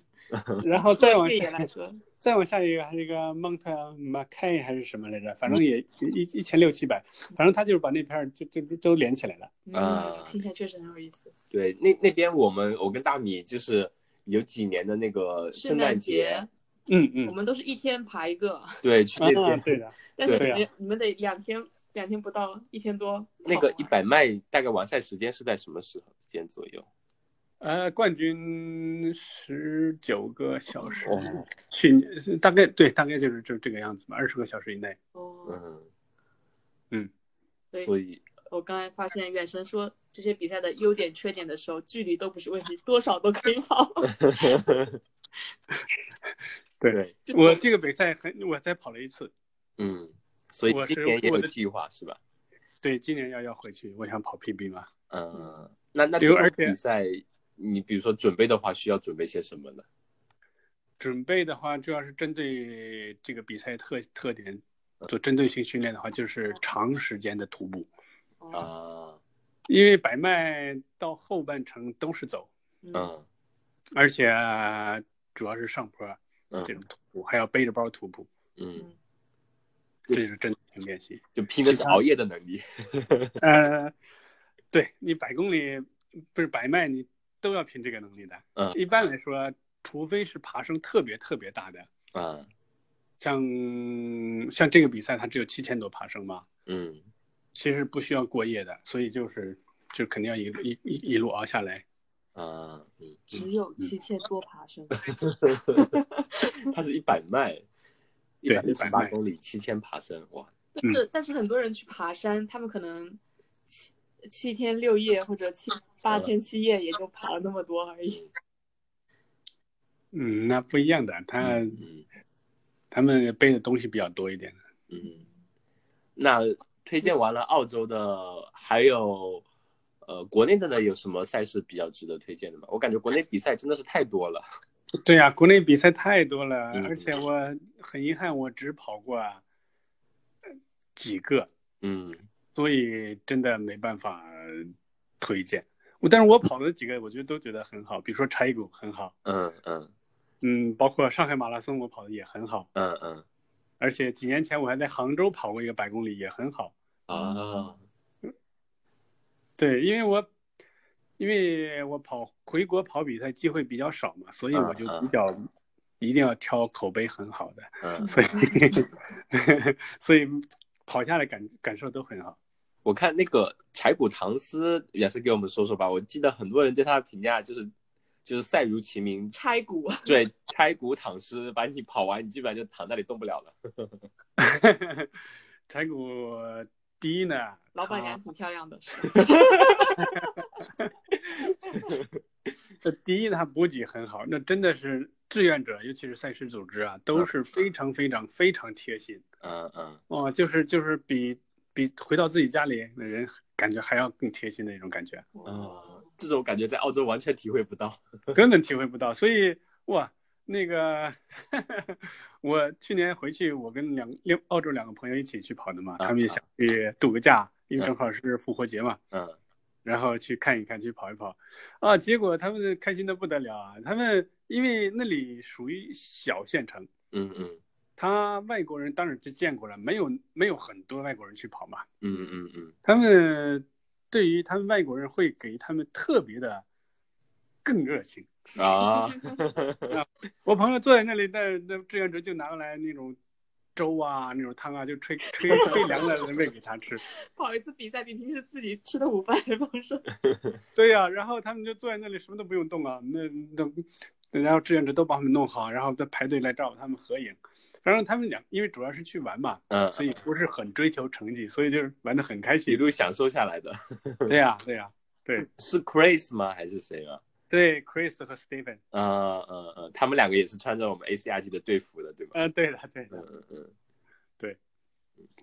Speaker 3: 然后再往
Speaker 2: 对
Speaker 3: 下
Speaker 2: 野来说，
Speaker 3: 再往下一个还是一个 Mount Mackay 还是什么来着，反正也一一千六七百，反正他就是把那片儿就就就都连起来了。
Speaker 1: 啊
Speaker 2: 嗯，听起来确实很有意思。
Speaker 1: 对，那那边我们我跟大米就是有几年的那个圣
Speaker 2: 圣
Speaker 1: 诞
Speaker 2: 诞
Speaker 1: 节
Speaker 2: 节，，
Speaker 3: 嗯
Speaker 2: 我
Speaker 3: 嗯，
Speaker 2: 们都是一天爬一个，
Speaker 1: 对，去那
Speaker 3: 啊
Speaker 1: 边
Speaker 3: 对的，
Speaker 2: 但是
Speaker 1: 对
Speaker 2: 你
Speaker 3: 对
Speaker 2: 们你们得两天两天不到，一天多。
Speaker 1: 那个
Speaker 2: 好
Speaker 1: 一
Speaker 2: 玩
Speaker 1: 百迈大概完赛时间是在什么时间左右？
Speaker 3: <laughs> 呃，冠军十九个小时
Speaker 1: 哦，
Speaker 3: 去年大概对大概就是这这个样子吧，二十个小时以内。
Speaker 2: 哦，
Speaker 1: 嗯
Speaker 3: 嗯，
Speaker 2: 对
Speaker 1: 所以
Speaker 2: 我刚才发现远神说这些比赛的优点缺点的时候，距离都不是问题，多少都可以跑。 <laughs>
Speaker 3: 对
Speaker 1: 对，
Speaker 2: 就
Speaker 3: 我这个比赛很，我才跑了一次，
Speaker 1: 嗯，所以
Speaker 3: 我
Speaker 1: 今
Speaker 3: 是
Speaker 1: 年也
Speaker 3: 我
Speaker 1: 有
Speaker 3: 的
Speaker 1: 计划是吧？
Speaker 3: 对，今年要要回去，我想跑 PB 嘛。
Speaker 1: 嗯，那那
Speaker 3: 比
Speaker 1: 这
Speaker 3: 如
Speaker 1: 种
Speaker 3: 而且
Speaker 1: 比赛，你比如说准备的话，需要准备些什么呢？
Speaker 3: 准备的话，主要是针对这个比赛特特点做针对性训练的话，就是长时间的徒步，
Speaker 2: 哦
Speaker 1: 啊，
Speaker 3: 因为百迈到后半程都是走，
Speaker 2: 嗯
Speaker 1: 嗯
Speaker 3: 而且呃主要是上坡这
Speaker 1: 嗯
Speaker 3: 种徒步，还要背着包徒步，
Speaker 1: 嗯，
Speaker 2: 嗯，
Speaker 3: 这就是针对性练习。
Speaker 1: 就拼的是熬夜的能力。
Speaker 3: 呃，对你百公里不是百迈，你都要拼这个能力的。
Speaker 1: 嗯
Speaker 3: 一般来说，除非是爬升特别特别大的，
Speaker 1: 啊，
Speaker 3: 像像这个比赛它只有七千多爬升嘛，
Speaker 1: 嗯
Speaker 3: 其实不需要过夜的，所以就是就肯定要一一一一路熬下来。
Speaker 1: 啊，嗯，
Speaker 2: 只有七千多爬 <laughs> 升，
Speaker 1: 它是一百迈，一
Speaker 3: 对
Speaker 1: 百六十
Speaker 3: 100
Speaker 1: 八
Speaker 3: 迈
Speaker 1: 公里，七千爬升，哇，
Speaker 2: 但
Speaker 1: 嗯
Speaker 2: 是但是很多人去爬山，他们可能七七天六夜或者
Speaker 1: <laughs>
Speaker 2: 七八
Speaker 1: 嗯
Speaker 2: 天七夜也就爬了那么多而已。
Speaker 3: 嗯，那不一样的，他、
Speaker 1: 嗯嗯
Speaker 3: 他们背的东西比较多一点。
Speaker 1: 嗯，那推荐完了澳洲的，还有呃国内的呢，有什么赛事比较值得推荐的吗？我感觉国内比赛真的是太多了。
Speaker 3: 对呀、国内比赛太多了，
Speaker 1: 嗯
Speaker 3: 而且我很遗憾，我只跑过呃几个，
Speaker 1: 嗯
Speaker 3: 所以真的没办法推荐。我但是我跑的几个，我觉得都觉得很好，比如说柴谷很好，
Speaker 1: 嗯嗯
Speaker 3: 嗯，包括上海马拉松我跑的也很好，
Speaker 1: 嗯嗯
Speaker 3: 而且几年前我还在杭州跑过一个百公里，也很好。
Speaker 1: 啊
Speaker 3: 对，因为我因为我跑回国跑比赛机会比较少嘛，所以我就比较一定要挑口碑很好的，
Speaker 1: <laughs> 嗯，
Speaker 3: 所以 <laughs> 所以跑下来感感受都很好。 <laughs>
Speaker 1: 我看那个柴谷唐斯也是给我们说说吧，我记得很多人对他的评价就是就是赛如其名，
Speaker 2: <laughs>
Speaker 1: <laughs>
Speaker 2: 拆骨，
Speaker 1: 对柴谷躺尸，把你跑完，你基本上就躺那里动不了了。
Speaker 3: 柴谷第一呢，
Speaker 2: 老板
Speaker 1: 啊
Speaker 3: 他
Speaker 2: 娘挺漂亮的，
Speaker 1: <laughs>
Speaker 3: 这第一他补给很好，那真的是志愿者，尤其是赛事组织啊，都是非常非常非常贴心
Speaker 1: 嗯嗯
Speaker 3: 哦，就是就是比比回到自己家里的人感觉还要更贴心的一种感觉。
Speaker 1: 嗯，这种感觉在澳洲完全体会不到。
Speaker 3: 根本体会不到。所以哇，那个我去年回去，我跟两另澳洲两个朋友一起去跑的嘛，
Speaker 1: 啊
Speaker 3: 他们也想去度个假，因为正好是复活节嘛，
Speaker 1: 嗯
Speaker 3: 然后去看一看，去跑一跑啊。结果他们开心的不得了啊！他们因为那里属于小县城。
Speaker 1: 嗯嗯
Speaker 3: 他外国人当然就见过了，没有没有很多外国人去跑嘛。
Speaker 1: 嗯嗯嗯
Speaker 3: 他们对于他们外国人会给他们特别的更热情。
Speaker 1: 啊，
Speaker 2: <laughs>
Speaker 3: 我朋友坐在那里，那那志愿者就拿过来那种粥啊，那种汤啊，就吹吹吹凉了喂给他吃。
Speaker 2: 跑一次比赛比平时自己吃的午饭还丰盛。
Speaker 3: 对呀、然后他们就坐在那里，什么都不用动啊。那那，然后志愿者都把他们弄好，然后再排队来找他们合影。反正他们俩，因为主要是去玩嘛，
Speaker 1: 嗯，
Speaker 3: 所以不是很追求成绩，所以就是玩的很开
Speaker 1: 一
Speaker 3: 心。
Speaker 1: 路享受下来的，
Speaker 3: 对呀、对呀、
Speaker 1: <laughs> 是 Chris 吗？还是谁吗？
Speaker 3: 对，Chris 和 Steven，
Speaker 1: 嗯嗯嗯，他们两个也是穿着我们 ACRG 的队服的，对吧？
Speaker 3: 嗯、对的，对
Speaker 1: 嗯
Speaker 3: 的，
Speaker 1: 嗯嗯。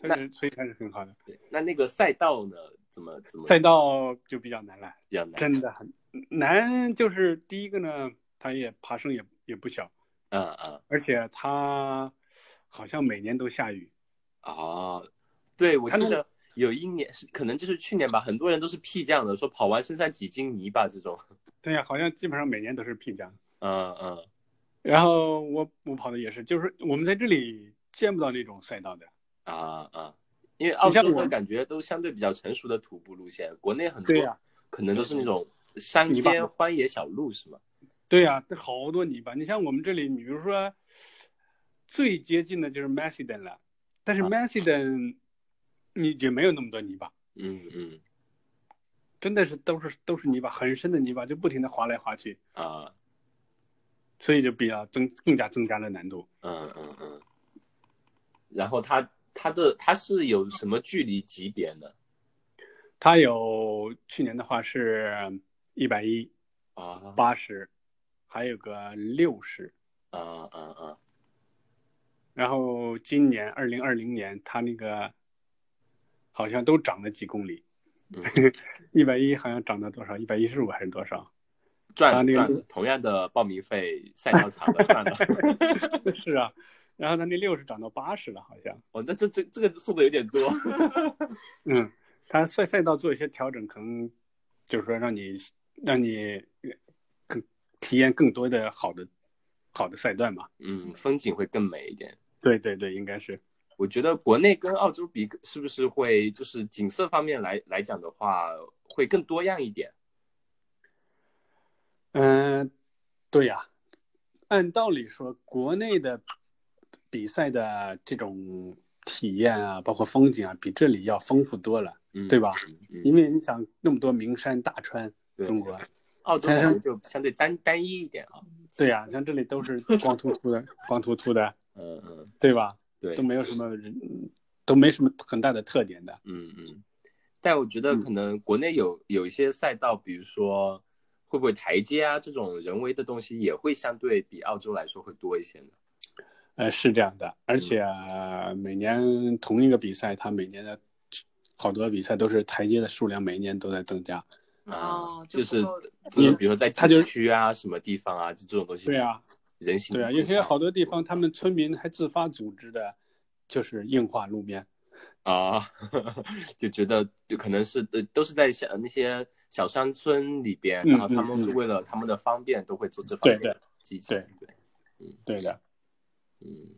Speaker 1: 那
Speaker 3: 但是所以还是很好的。
Speaker 1: 对那那个赛道呢？怎么怎么
Speaker 3: 赛道就比较难了，
Speaker 1: 比较难？
Speaker 3: 真的很难。就是第一个呢，它也爬升也也不小，
Speaker 1: 嗯嗯
Speaker 3: 而且它好像每年都下雨。
Speaker 1: 哦，对，我
Speaker 3: 他
Speaker 1: 记
Speaker 3: 那个
Speaker 1: 得有一年是可能就是去年吧，很多人都是 P 酱的，说跑完身上几斤泥巴这种。 <laughs>
Speaker 3: 对呀、好像基本上每年都是必降。
Speaker 1: 嗯嗯
Speaker 3: 然后我我跑的也是，就是我们在这里见不到那种赛道的。
Speaker 1: 啊啊，因为澳
Speaker 3: 你像
Speaker 1: 洲
Speaker 3: 我
Speaker 1: 我感觉都相对比较成熟的徒步路线，国内很
Speaker 3: 对
Speaker 1: 多
Speaker 3: 呀、
Speaker 1: 可能都是那种山
Speaker 3: 泥巴
Speaker 1: 间荒野小路是吗？
Speaker 3: 对呀、这好多泥巴。你像我们这里，你比如说最接近的就是 Macedon 了，但是
Speaker 1: 啊
Speaker 3: Macedon 你也没有那么多泥巴，
Speaker 1: 嗯嗯
Speaker 3: 真的是都是都是泥巴，很深的泥巴，就不停的滑来滑去，
Speaker 1: 啊
Speaker 3: 所以就比较增更加增加了难度。
Speaker 1: 嗯嗯嗯。然后它它的它是有什么距离级别呢？
Speaker 3: 它有去年的话是一百一、
Speaker 1: 啊
Speaker 3: 八十，还有个六十，
Speaker 1: 啊啊啊！
Speaker 3: 然后今年二零二零年它那个好像都涨了几公里
Speaker 1: 嗯，
Speaker 3: <laughs> 一百一好像涨到多少？一百一十五还是多少？
Speaker 1: 赚
Speaker 3: 啊
Speaker 1: 了
Speaker 3: 那个
Speaker 1: 赚了，同样的报名费，赛道场的
Speaker 3: <laughs>
Speaker 1: 赚了。
Speaker 3: 是啊，然后他那六十涨到八十了，好像。
Speaker 1: 哦，那这这这个速度有点多。 <laughs>
Speaker 3: 嗯，他赛赛道做一些调整，可能就是说让你让你更体验更多的好的好的赛段吧。
Speaker 1: 嗯，风景会更美一点。
Speaker 3: 对对对，应该是。
Speaker 1: 我觉得国内跟澳洲比，是不是会就是景色方面来来讲的话，会更多样一点？
Speaker 3: 嗯、对呀、按道理说，国内的比赛的这种体验啊，包括风景啊，比这里要丰富多了，
Speaker 1: 嗯，
Speaker 3: 对吧？
Speaker 1: 嗯？
Speaker 3: 因
Speaker 1: 嗯，
Speaker 3: 为你想那么多名山大川，
Speaker 1: 对
Speaker 3: 中国。
Speaker 1: 澳洲可能就相对单单一一点啊。
Speaker 3: 对呀、像这里都是光秃秃的，光秃秃的，
Speaker 1: 嗯嗯，
Speaker 3: 对吧？
Speaker 1: 对
Speaker 3: 都，没有什么人，都没什么很大的特点的。
Speaker 1: 嗯嗯。但我觉得
Speaker 3: 嗯
Speaker 1: 可能国内有有一些赛道，比如说会不会台阶啊这种人为的东西，也会相对比澳洲来说会多一些呢？
Speaker 3: 呃，是这样的，而且、
Speaker 1: 嗯
Speaker 3: 呃每年同一个比赛，它每年的好多比赛都是台阶的数量每年都在增加。
Speaker 1: <laughs> 啊
Speaker 2: 哦，
Speaker 1: 就
Speaker 2: 就是不够嗯
Speaker 1: 这种，比如说在
Speaker 3: 它就
Speaker 1: 景
Speaker 3: 是
Speaker 1: 区啊、什么地方啊，就这种东西。
Speaker 3: 对啊，
Speaker 1: 人行
Speaker 3: 对啊，
Speaker 1: 步
Speaker 3: 有些
Speaker 1: 道
Speaker 3: 好多地方他们村民还自发组织的，就是硬化路面。
Speaker 1: 啊， <laughs> 就觉得就可能是呃都是在小那些小山村里边，
Speaker 3: 嗯
Speaker 1: 然后他们
Speaker 3: 嗯
Speaker 1: 是
Speaker 3: 嗯
Speaker 1: 为了他们的方便，都会做这方面
Speaker 3: 对
Speaker 1: 的机制。
Speaker 3: 对对的，
Speaker 1: 嗯，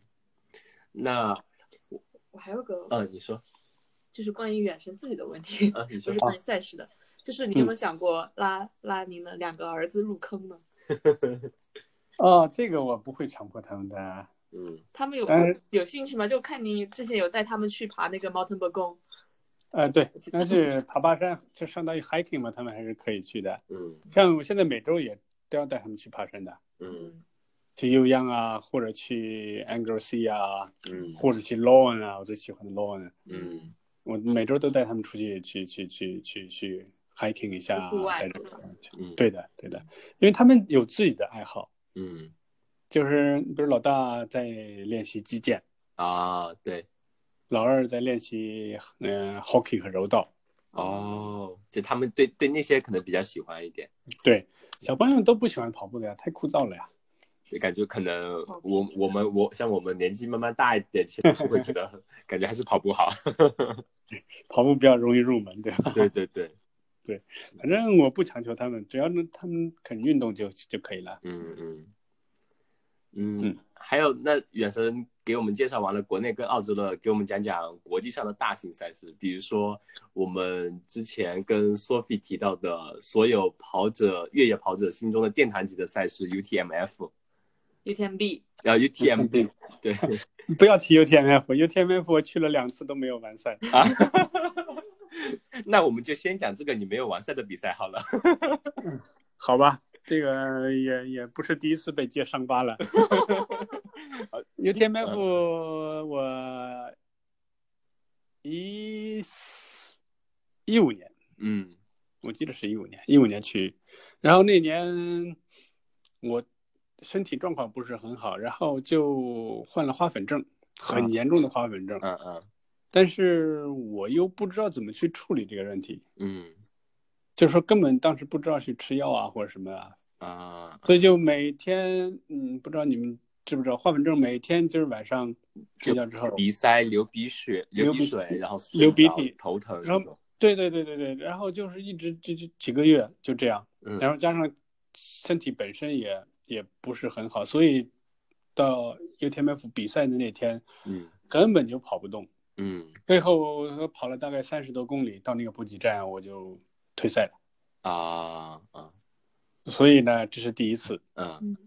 Speaker 1: 那
Speaker 2: 我还有个
Speaker 1: 呃，你说，
Speaker 2: 就是关于远神自己的问题，
Speaker 1: 呃，你
Speaker 2: 就
Speaker 1: 说
Speaker 3: <laughs>
Speaker 2: 是，关于赛事的，就是你有
Speaker 1: 嗯
Speaker 2: 没有想过拉拉您的两个儿子入坑呢？
Speaker 3: 哦，这个我不会强迫他们的。
Speaker 1: 嗯
Speaker 2: 他们有
Speaker 3: 嗯
Speaker 2: 有兴趣吗？就看你之前有带他们去爬那个 Mountain b a g o
Speaker 3: 呃，
Speaker 2: <laughs>
Speaker 3: 对，但是爬爬山就相当于 hiking 嘛，他们还是可以去的。
Speaker 1: 嗯
Speaker 3: 像我现在每周也都要带他们去爬山的。
Speaker 1: 嗯，
Speaker 3: 去悠扬啊，或者去 Angler Sea 啊，
Speaker 1: 嗯
Speaker 3: 或者去 Lawn 啊，我最喜欢的 Lawn，
Speaker 1: 嗯
Speaker 3: 我每周都带他们出去去去去去去 hiking 一下啊
Speaker 2: 户，外
Speaker 3: 带着他们去
Speaker 1: 嗯
Speaker 3: 对的，对的，因为他们有自己的爱好，
Speaker 1: 嗯
Speaker 3: 就是比如老大在练习击剑，
Speaker 1: 啊，对，
Speaker 3: 老二在练习嗯、呃 hockey 和柔道，
Speaker 1: 哦，就他们对对那些可能比较喜欢一点，
Speaker 3: 对，小朋友都不喜欢跑步的呀，太枯燥了呀。
Speaker 1: 就感觉可能
Speaker 2: 好
Speaker 1: 我我们我像我们年纪慢慢大一点，其实就会觉得 <laughs> 感觉还是跑步
Speaker 3: <laughs>
Speaker 1: 好。
Speaker 3: 跑步比较容易入门，对吧？ <laughs>
Speaker 1: 对对对，
Speaker 3: 反正我不强求他们，只要能他们肯运动就就可以了。
Speaker 1: 嗯嗯嗯
Speaker 3: 嗯，
Speaker 1: 还有那远神给我们介绍完了国内跟澳洲的，给我们讲讲国际上的大型赛事，比如说我们之前跟 Sophie 提到的所有跑者越野跑者心中的殿堂级的赛事 UTMF，
Speaker 2: UTMB
Speaker 3: <laughs>
Speaker 1: 然后 UTMB，对
Speaker 3: <laughs> 不要提 UTMF，UTMF 我去了两次都没有完赛。
Speaker 1: 啊，那我们就先讲这个你没有完赛的比赛好
Speaker 3: <laughs>
Speaker 1: 了。
Speaker 3: 好吧，这个也也不是第一次被揭伤疤了。UTMF 我一四一五年，
Speaker 1: 嗯
Speaker 3: 我记得是一五年，一五年去，然后那年我身体状况不是很好，然后就患了花粉症，
Speaker 1: 啊
Speaker 3: 很严重的花粉症，
Speaker 1: 嗯嗯
Speaker 3: 但是我又不知道怎么去处理这个问题，
Speaker 1: 嗯
Speaker 3: 就是说根本当时不知道去吃药啊或者什么啊，
Speaker 1: 啊，
Speaker 3: 所以就每天，嗯，不知道你们知不知道，花粉症每天就是晚上睡觉之后，
Speaker 1: 鼻塞、流鼻血、流
Speaker 3: 流
Speaker 1: 鼻
Speaker 3: 鼻
Speaker 1: 水，然后
Speaker 3: 流鼻
Speaker 1: 睡不着
Speaker 3: 涕
Speaker 1: 头疼
Speaker 3: 然后
Speaker 1: 这种，
Speaker 3: 对对对对对，然后就是一直这这几个月就这样，
Speaker 1: 嗯
Speaker 3: 然后加上身体本身也也不是很好，所以到 UTMF 比赛的那天
Speaker 1: 嗯
Speaker 3: 根本就跑不动，
Speaker 1: 嗯
Speaker 3: 最后跑了大概三十多公里到那个补给站我就退赛了，
Speaker 1: 啊啊
Speaker 3: 所以呢这是第一次，
Speaker 1: 嗯
Speaker 2: 嗯，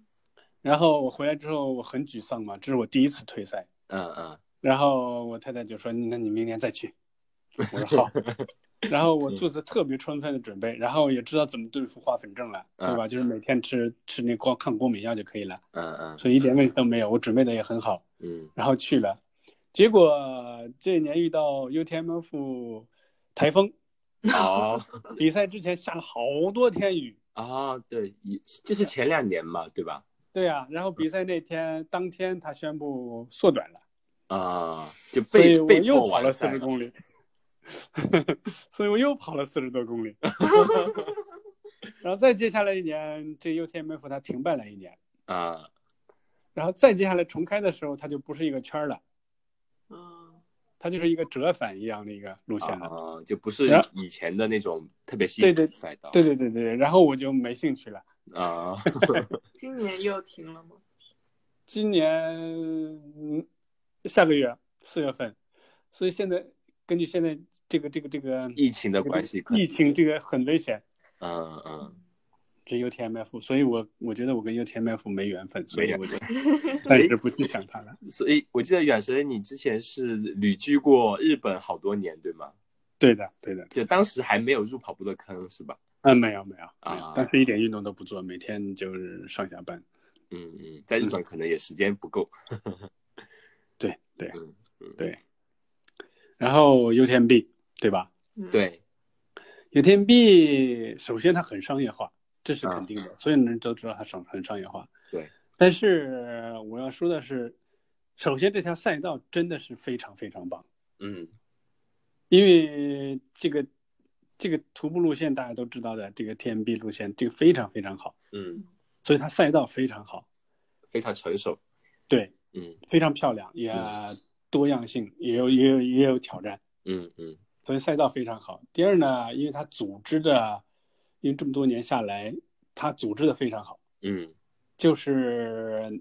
Speaker 3: 然后我回来之后我很沮丧嘛，这是我第一次退赛。
Speaker 1: 嗯嗯
Speaker 3: 然后我太太就说：“那你明年再去。”我说：“
Speaker 1: <laughs>
Speaker 3: 好。”然后我
Speaker 1: 嗯
Speaker 3: 做着特别充分的准备，然后也知道怎么对付花粉症了，
Speaker 1: 嗯
Speaker 3: 对吧？就是每天吃吃那光抗过敏药就可以了，
Speaker 1: 嗯嗯
Speaker 3: 所以一点问题都没有。我准备的也很好，
Speaker 1: 嗯
Speaker 3: 然后去了，结果这一年遇到 UTMF 台风， <laughs>
Speaker 1: 嗯，好。
Speaker 3: 比赛之前下了好多天雨。
Speaker 1: 啊，对，也就是前两年嘛，对吧？
Speaker 3: 对啊，然后比赛那天当天他宣布缩短了，
Speaker 1: 啊，就
Speaker 3: 所以
Speaker 1: 被
Speaker 3: 我
Speaker 1: 被
Speaker 3: 又
Speaker 1: 迫
Speaker 3: 跑了
Speaker 1: 完
Speaker 3: 四
Speaker 1: 赛
Speaker 3: 十
Speaker 1: 了。
Speaker 3: 公里，所以我又跑了四十多
Speaker 1: <laughs>
Speaker 3: 公里。然后再接下来一年，这 UTMF 它停办了一年，
Speaker 1: 啊，
Speaker 3: 然后再接下来重开的时候，它就不是一个圈儿了，
Speaker 2: 嗯，
Speaker 3: 它就是一个折返一样的一个路线了。
Speaker 1: 啊，就不是
Speaker 3: 然后
Speaker 1: 以前的那种特别新
Speaker 3: 对
Speaker 1: 颖的
Speaker 3: 对
Speaker 1: 赛道。
Speaker 3: 对对对对，然后我就没兴趣了。
Speaker 1: 啊，
Speaker 2: 今年又停了吗？
Speaker 3: 今年嗯下个月四月份，所以现在根据现在这个这个这个
Speaker 1: 疫情的关系可能
Speaker 3: 疫情这个很危险，
Speaker 1: 嗯嗯，
Speaker 3: 这 UTMF，所以我我觉得我跟 UTMF 没缘分，所以
Speaker 1: 缘
Speaker 3: 我就暂时不去想它了。
Speaker 1: 所以我记得远神，你之前是旅居过日本好多年，对吗？
Speaker 3: 对的，对的，
Speaker 1: 就当时还没有入跑步的坑，是吧？
Speaker 3: 嗯，没有没有，没
Speaker 1: 啊
Speaker 3: 有，当时一点运动都不做，每天就是上下班。
Speaker 1: 嗯嗯，在日本可能也时间不够。
Speaker 3: 对对
Speaker 1: 嗯嗯
Speaker 3: 对，然后 UTMB 对吧
Speaker 2: 嗯，
Speaker 1: 对，
Speaker 3: ？UTMB 首先它很商业化，这是
Speaker 1: 啊
Speaker 3: 肯定的，所有人都知道它商很商业化。
Speaker 1: 对，
Speaker 3: 但是我要说的是，首先这条赛道真的是非常非常棒。
Speaker 1: 嗯
Speaker 3: 因为这个这个徒步路线大家都知道的，这个 TMB 路线这个非常非常好，
Speaker 1: 嗯，
Speaker 3: 所以它赛道非常好，
Speaker 1: 非常成熟。
Speaker 3: 对，
Speaker 1: 嗯
Speaker 3: 非常漂亮，也多样性，也有也有也有挑战，
Speaker 1: 嗯嗯
Speaker 3: 所以赛道非常好。第二呢，因为它组织的，因为这么多年下来，它组织的非常好，
Speaker 1: 嗯
Speaker 3: 就是。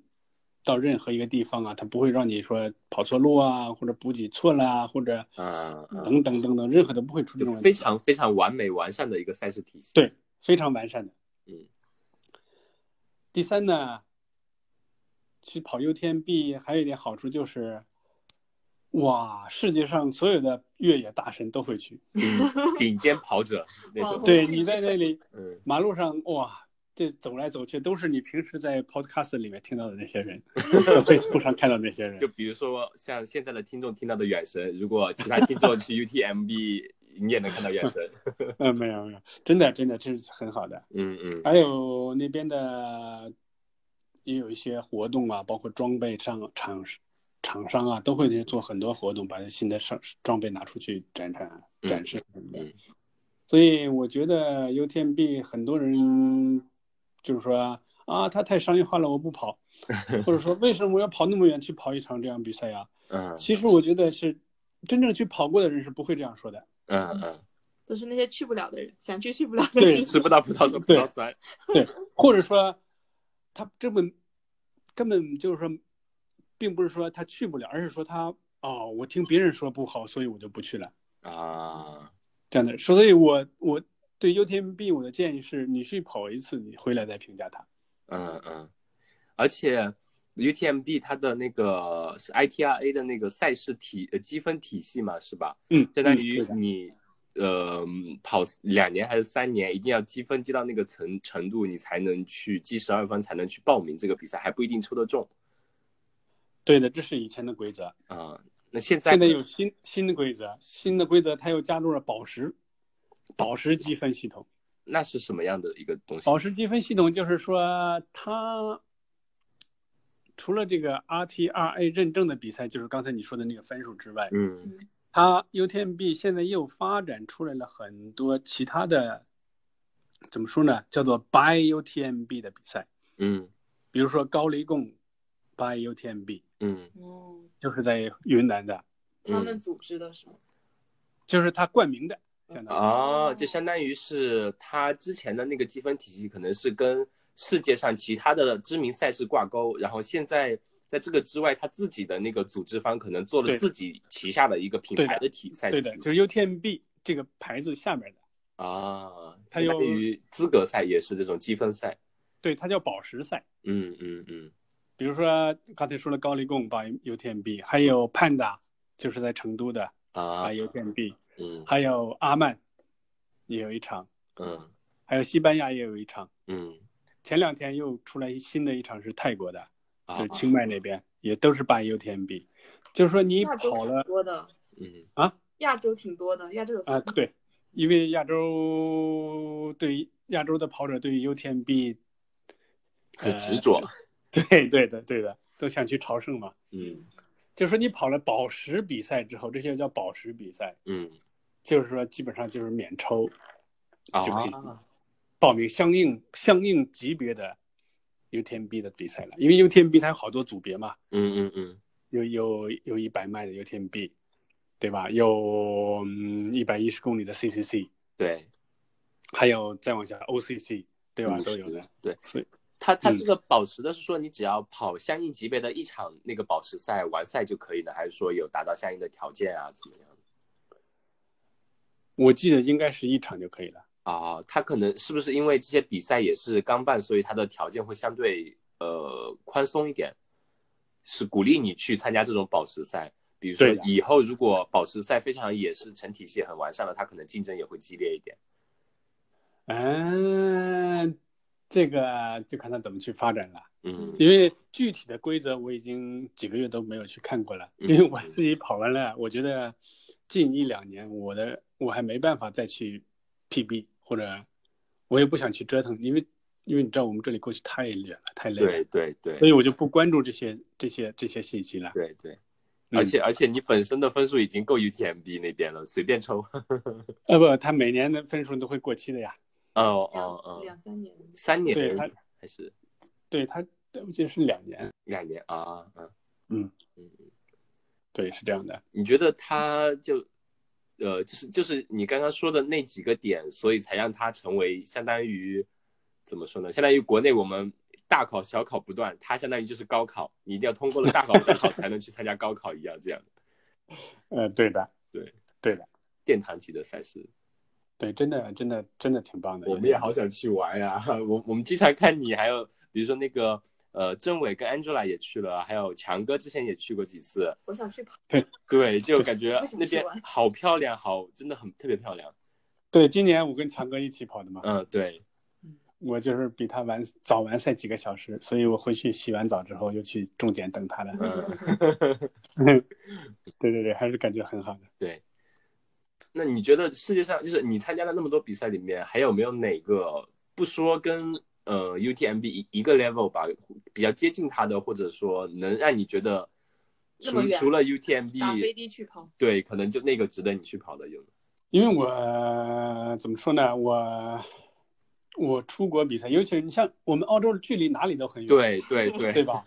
Speaker 3: 到任何一个地方啊，它不会让你说跑错路啊，或者补给错啦，或者
Speaker 1: 啊啊，
Speaker 3: 等等等等，任何都不会出这
Speaker 1: 就
Speaker 3: 种问题。
Speaker 1: 非常非常完美完善的一个赛事体系。
Speaker 3: 嗯对，非常完善的。
Speaker 1: 嗯，
Speaker 3: 第三呢，去跑 UTMB 还有一点好处就是，哇，世界上所有的越野大神都会去。
Speaker 1: 嗯，顶尖跑
Speaker 3: <laughs>
Speaker 1: 者那种。
Speaker 2: 哦
Speaker 3: 对你在那里
Speaker 1: 嗯
Speaker 3: 马路上，哇，这走来走去都是你平时在 Podcast 里面听到的那
Speaker 1: <laughs>
Speaker 3: 些人，Facebook 上看到那些人
Speaker 1: 就。比如说像现在的听众听到的远神，如果其他听众去 UTMB，你也能看到远
Speaker 3: <laughs>
Speaker 1: 神。
Speaker 3: 嗯，没有没有，真的真的这是很好的。
Speaker 1: 嗯嗯
Speaker 3: 还有那边的也有一些活动啊，包括装备上厂厂商啊，都会去做很多活动，把新的上装备拿出去展展
Speaker 1: 嗯
Speaker 3: 展示什么的
Speaker 1: 嗯
Speaker 3: 所以我觉得 UTMB 很多人就是说啊，它太商业化了，我不
Speaker 1: <laughs>
Speaker 3: 跑，或者说为什么我要跑那么远去跑一场这样比赛啊？
Speaker 1: 嗯
Speaker 3: 其实我觉得是真正去跑过的人是不会这样说的。
Speaker 1: 嗯嗯，
Speaker 2: 都是那些去不了的人，想去去不了的
Speaker 3: 对
Speaker 2: 人。
Speaker 1: 吃不到葡萄说葡萄酸。
Speaker 3: 对，或者说他根本根本就是说并不是说他去不了，而是说他哦，我听别人说不好，所以我就不去了
Speaker 1: 啊，
Speaker 3: 这样的。所以我我对 UTMB 我的建议是，你去跑一次，你回来再评价它。
Speaker 1: 嗯嗯，而且 UTMB 它的那个是 ITRA 的那个赛事体呃积分体系嘛，是吧？
Speaker 3: 嗯，
Speaker 1: 相当
Speaker 3: 嗯
Speaker 1: 于
Speaker 3: 对的
Speaker 1: 你呃跑两年还是三年，一定要积分积到那个程程度，你才能去积十二分，才能去报名这个比赛，还不一定抽得中
Speaker 3: 对的，这是以前的规则。
Speaker 1: 啊、那现在
Speaker 3: 现在有新新的规则，新的规则它又加入了宝石，宝石积分系统。
Speaker 1: 那是什么样的一个东西？
Speaker 3: 宝石积分系统就是说，它除了这个 RTRA 认证的比赛，就是刚才你说的那个分数之外，
Speaker 1: 嗯
Speaker 3: 它 UTMB 现在又发展出来了很多其他的，怎么说呢？叫做 By UTMB 的比赛，
Speaker 1: 嗯
Speaker 3: 比如说高黎贡 By UTMB，
Speaker 1: 嗯
Speaker 2: <laughs> 哦，
Speaker 3: 就是在云南的，
Speaker 2: 他们组织的是吗？
Speaker 3: 就是它冠名的，相当于。
Speaker 1: 哦，就相当于是它之前的那个积分体系可能是跟世界上其他的知名赛事挂钩，然后现在在这个之外，它自己的那个组织方可能做了
Speaker 3: 对
Speaker 1: 自己旗下的一个品牌的体赛
Speaker 3: 对
Speaker 1: 事
Speaker 3: 的，就是 UTMB 这个牌子下面的，
Speaker 1: 啊，
Speaker 3: 它
Speaker 1: 相
Speaker 3: 有
Speaker 1: 当于资格赛也是这种积分赛，
Speaker 3: 对，它叫宝石赛。
Speaker 1: 嗯嗯嗯
Speaker 3: 比如说刚才说了高黎贡把 UTMB，还有盼达，就是在成都的
Speaker 1: 啊
Speaker 3: 把 UTMB，
Speaker 1: 嗯
Speaker 3: 还有阿曼也有一场，
Speaker 1: 嗯
Speaker 3: 还有西班牙也有一场。
Speaker 1: 嗯
Speaker 3: 前两天又出来新的一场是泰国的，
Speaker 1: 啊
Speaker 3: 就是清迈那边也都是办 UTMB，就是说你
Speaker 2: 亚洲
Speaker 3: 跑
Speaker 2: 挺
Speaker 3: 了
Speaker 2: 多的，
Speaker 1: 嗯
Speaker 2: 亚洲挺多的，亚洲有
Speaker 3: 啊、对，因为亚洲对亚洲的跑者对于 UTMB
Speaker 1: 很执着，
Speaker 3: 呃 <laughs> 对对的对的都想去朝圣嘛。
Speaker 1: 嗯
Speaker 3: 就是说你跑了宝石比赛之后，这些叫宝石比赛，
Speaker 1: 嗯
Speaker 3: 就是说基本上就是免抽，
Speaker 1: 啊
Speaker 3: 就可以报名相应相应级别的 UTMB 的比赛了。因为 UTMB 它有好多组别嘛，
Speaker 1: 嗯嗯嗯
Speaker 3: 有有有一百迈的 UTMB，对吧？有嗯一百一十公里的 CCC，
Speaker 1: 对。
Speaker 3: 还有再往下 OCC，对吧？
Speaker 1: 五
Speaker 3: 都
Speaker 1: 十
Speaker 3: 有的。
Speaker 1: 嗯对，
Speaker 3: 所以
Speaker 1: 他他
Speaker 3: 嗯
Speaker 1: 这个保持的是说，你只要跑相应级别的一场那个保持赛完赛就可以呢，还是说有达到相应的条件啊，怎么样？
Speaker 3: 我记得应该是一场就可以了。
Speaker 1: 啊，他可能是不是因为这些比赛也是刚办，所以他的条件会相对呃宽松一点，是鼓励你去参加这种保持赛。比如说
Speaker 3: 对的
Speaker 1: 以后如果保持赛非常也是成体系很完善了，他可能竞争也会激烈一点。
Speaker 3: 嗯，啊这个就看他怎么去发展了。
Speaker 1: 嗯
Speaker 3: 因为具体的规则我已经几个月都没有去看过了，
Speaker 1: 嗯
Speaker 3: 因为我自己跑完了，我觉得近一两年我的我还没办法再去 PB 或者我也不想去折腾，因为因为你知道我们这里过去太远了，太累
Speaker 1: 对
Speaker 3: 了，
Speaker 1: 对对
Speaker 3: 所以我就不关注这些这些这些信息了。
Speaker 1: 对对，
Speaker 3: 嗯
Speaker 1: 而且而且你本身的分数已经够 UTMB 那边了，随便抽。 <laughs>
Speaker 3: 呃不，他每年的分数都会过期的呀，
Speaker 1: 哦
Speaker 2: 两
Speaker 1: 哦哦，
Speaker 2: 两三年，
Speaker 1: 三年
Speaker 3: 对他
Speaker 1: 还是
Speaker 3: 对他，我记得是两年，
Speaker 1: 两年啊？嗯
Speaker 3: 对，是这样的。
Speaker 1: 你觉得他就呃，就是就是你刚刚说的那几个点，所以才让他成为相当于怎么说呢？相当于国内我们大考小考不断，他相当于就是高考，你一定要通过了大考小考才能去参加高考一样，这样
Speaker 3: 呃，对的，
Speaker 1: 对
Speaker 3: 对的，
Speaker 1: 殿堂级的赛事，
Speaker 3: 对，真的真的真的挺棒的。
Speaker 1: 我们也好想去玩呀、 <laughs> 我我们经常看你，还有比如说那个呃，政委跟 Angela 也去了，还有强哥之前也去过几次，
Speaker 2: 我想去跑。
Speaker 1: 对，就感觉
Speaker 2: 不想
Speaker 1: 那
Speaker 2: 去
Speaker 1: 边
Speaker 2: 玩
Speaker 1: 好漂亮，好真的很特别漂亮。
Speaker 3: 对，今年我跟强哥一起跑的嘛，
Speaker 1: 嗯，对，
Speaker 3: 我就是比他晚早完赛几个小时，所以我回去洗完澡之后又去重点等他了。 <laughs>
Speaker 1: 嗯。
Speaker 2: <laughs>
Speaker 3: 对对对，还是感觉很好的。
Speaker 1: 对，那你觉得世界上就是你参加了那么多比赛里面，还有没有哪个不说跟呃 UTMB 一一个 level 吧，比较接近它的，或者说能让你觉得
Speaker 2: 那
Speaker 1: 除
Speaker 2: 么远
Speaker 1: 除了
Speaker 2: 打飞
Speaker 1: UTMB，
Speaker 2: 的去跑，
Speaker 1: 对，可能就那个值得你去跑的有
Speaker 3: 因为我怎么说呢，我我出国比赛，尤其是你像我们澳洲距离哪里都很远，
Speaker 1: 对对对
Speaker 2: <laughs>
Speaker 3: 对
Speaker 1: <laughs>
Speaker 3: 吧？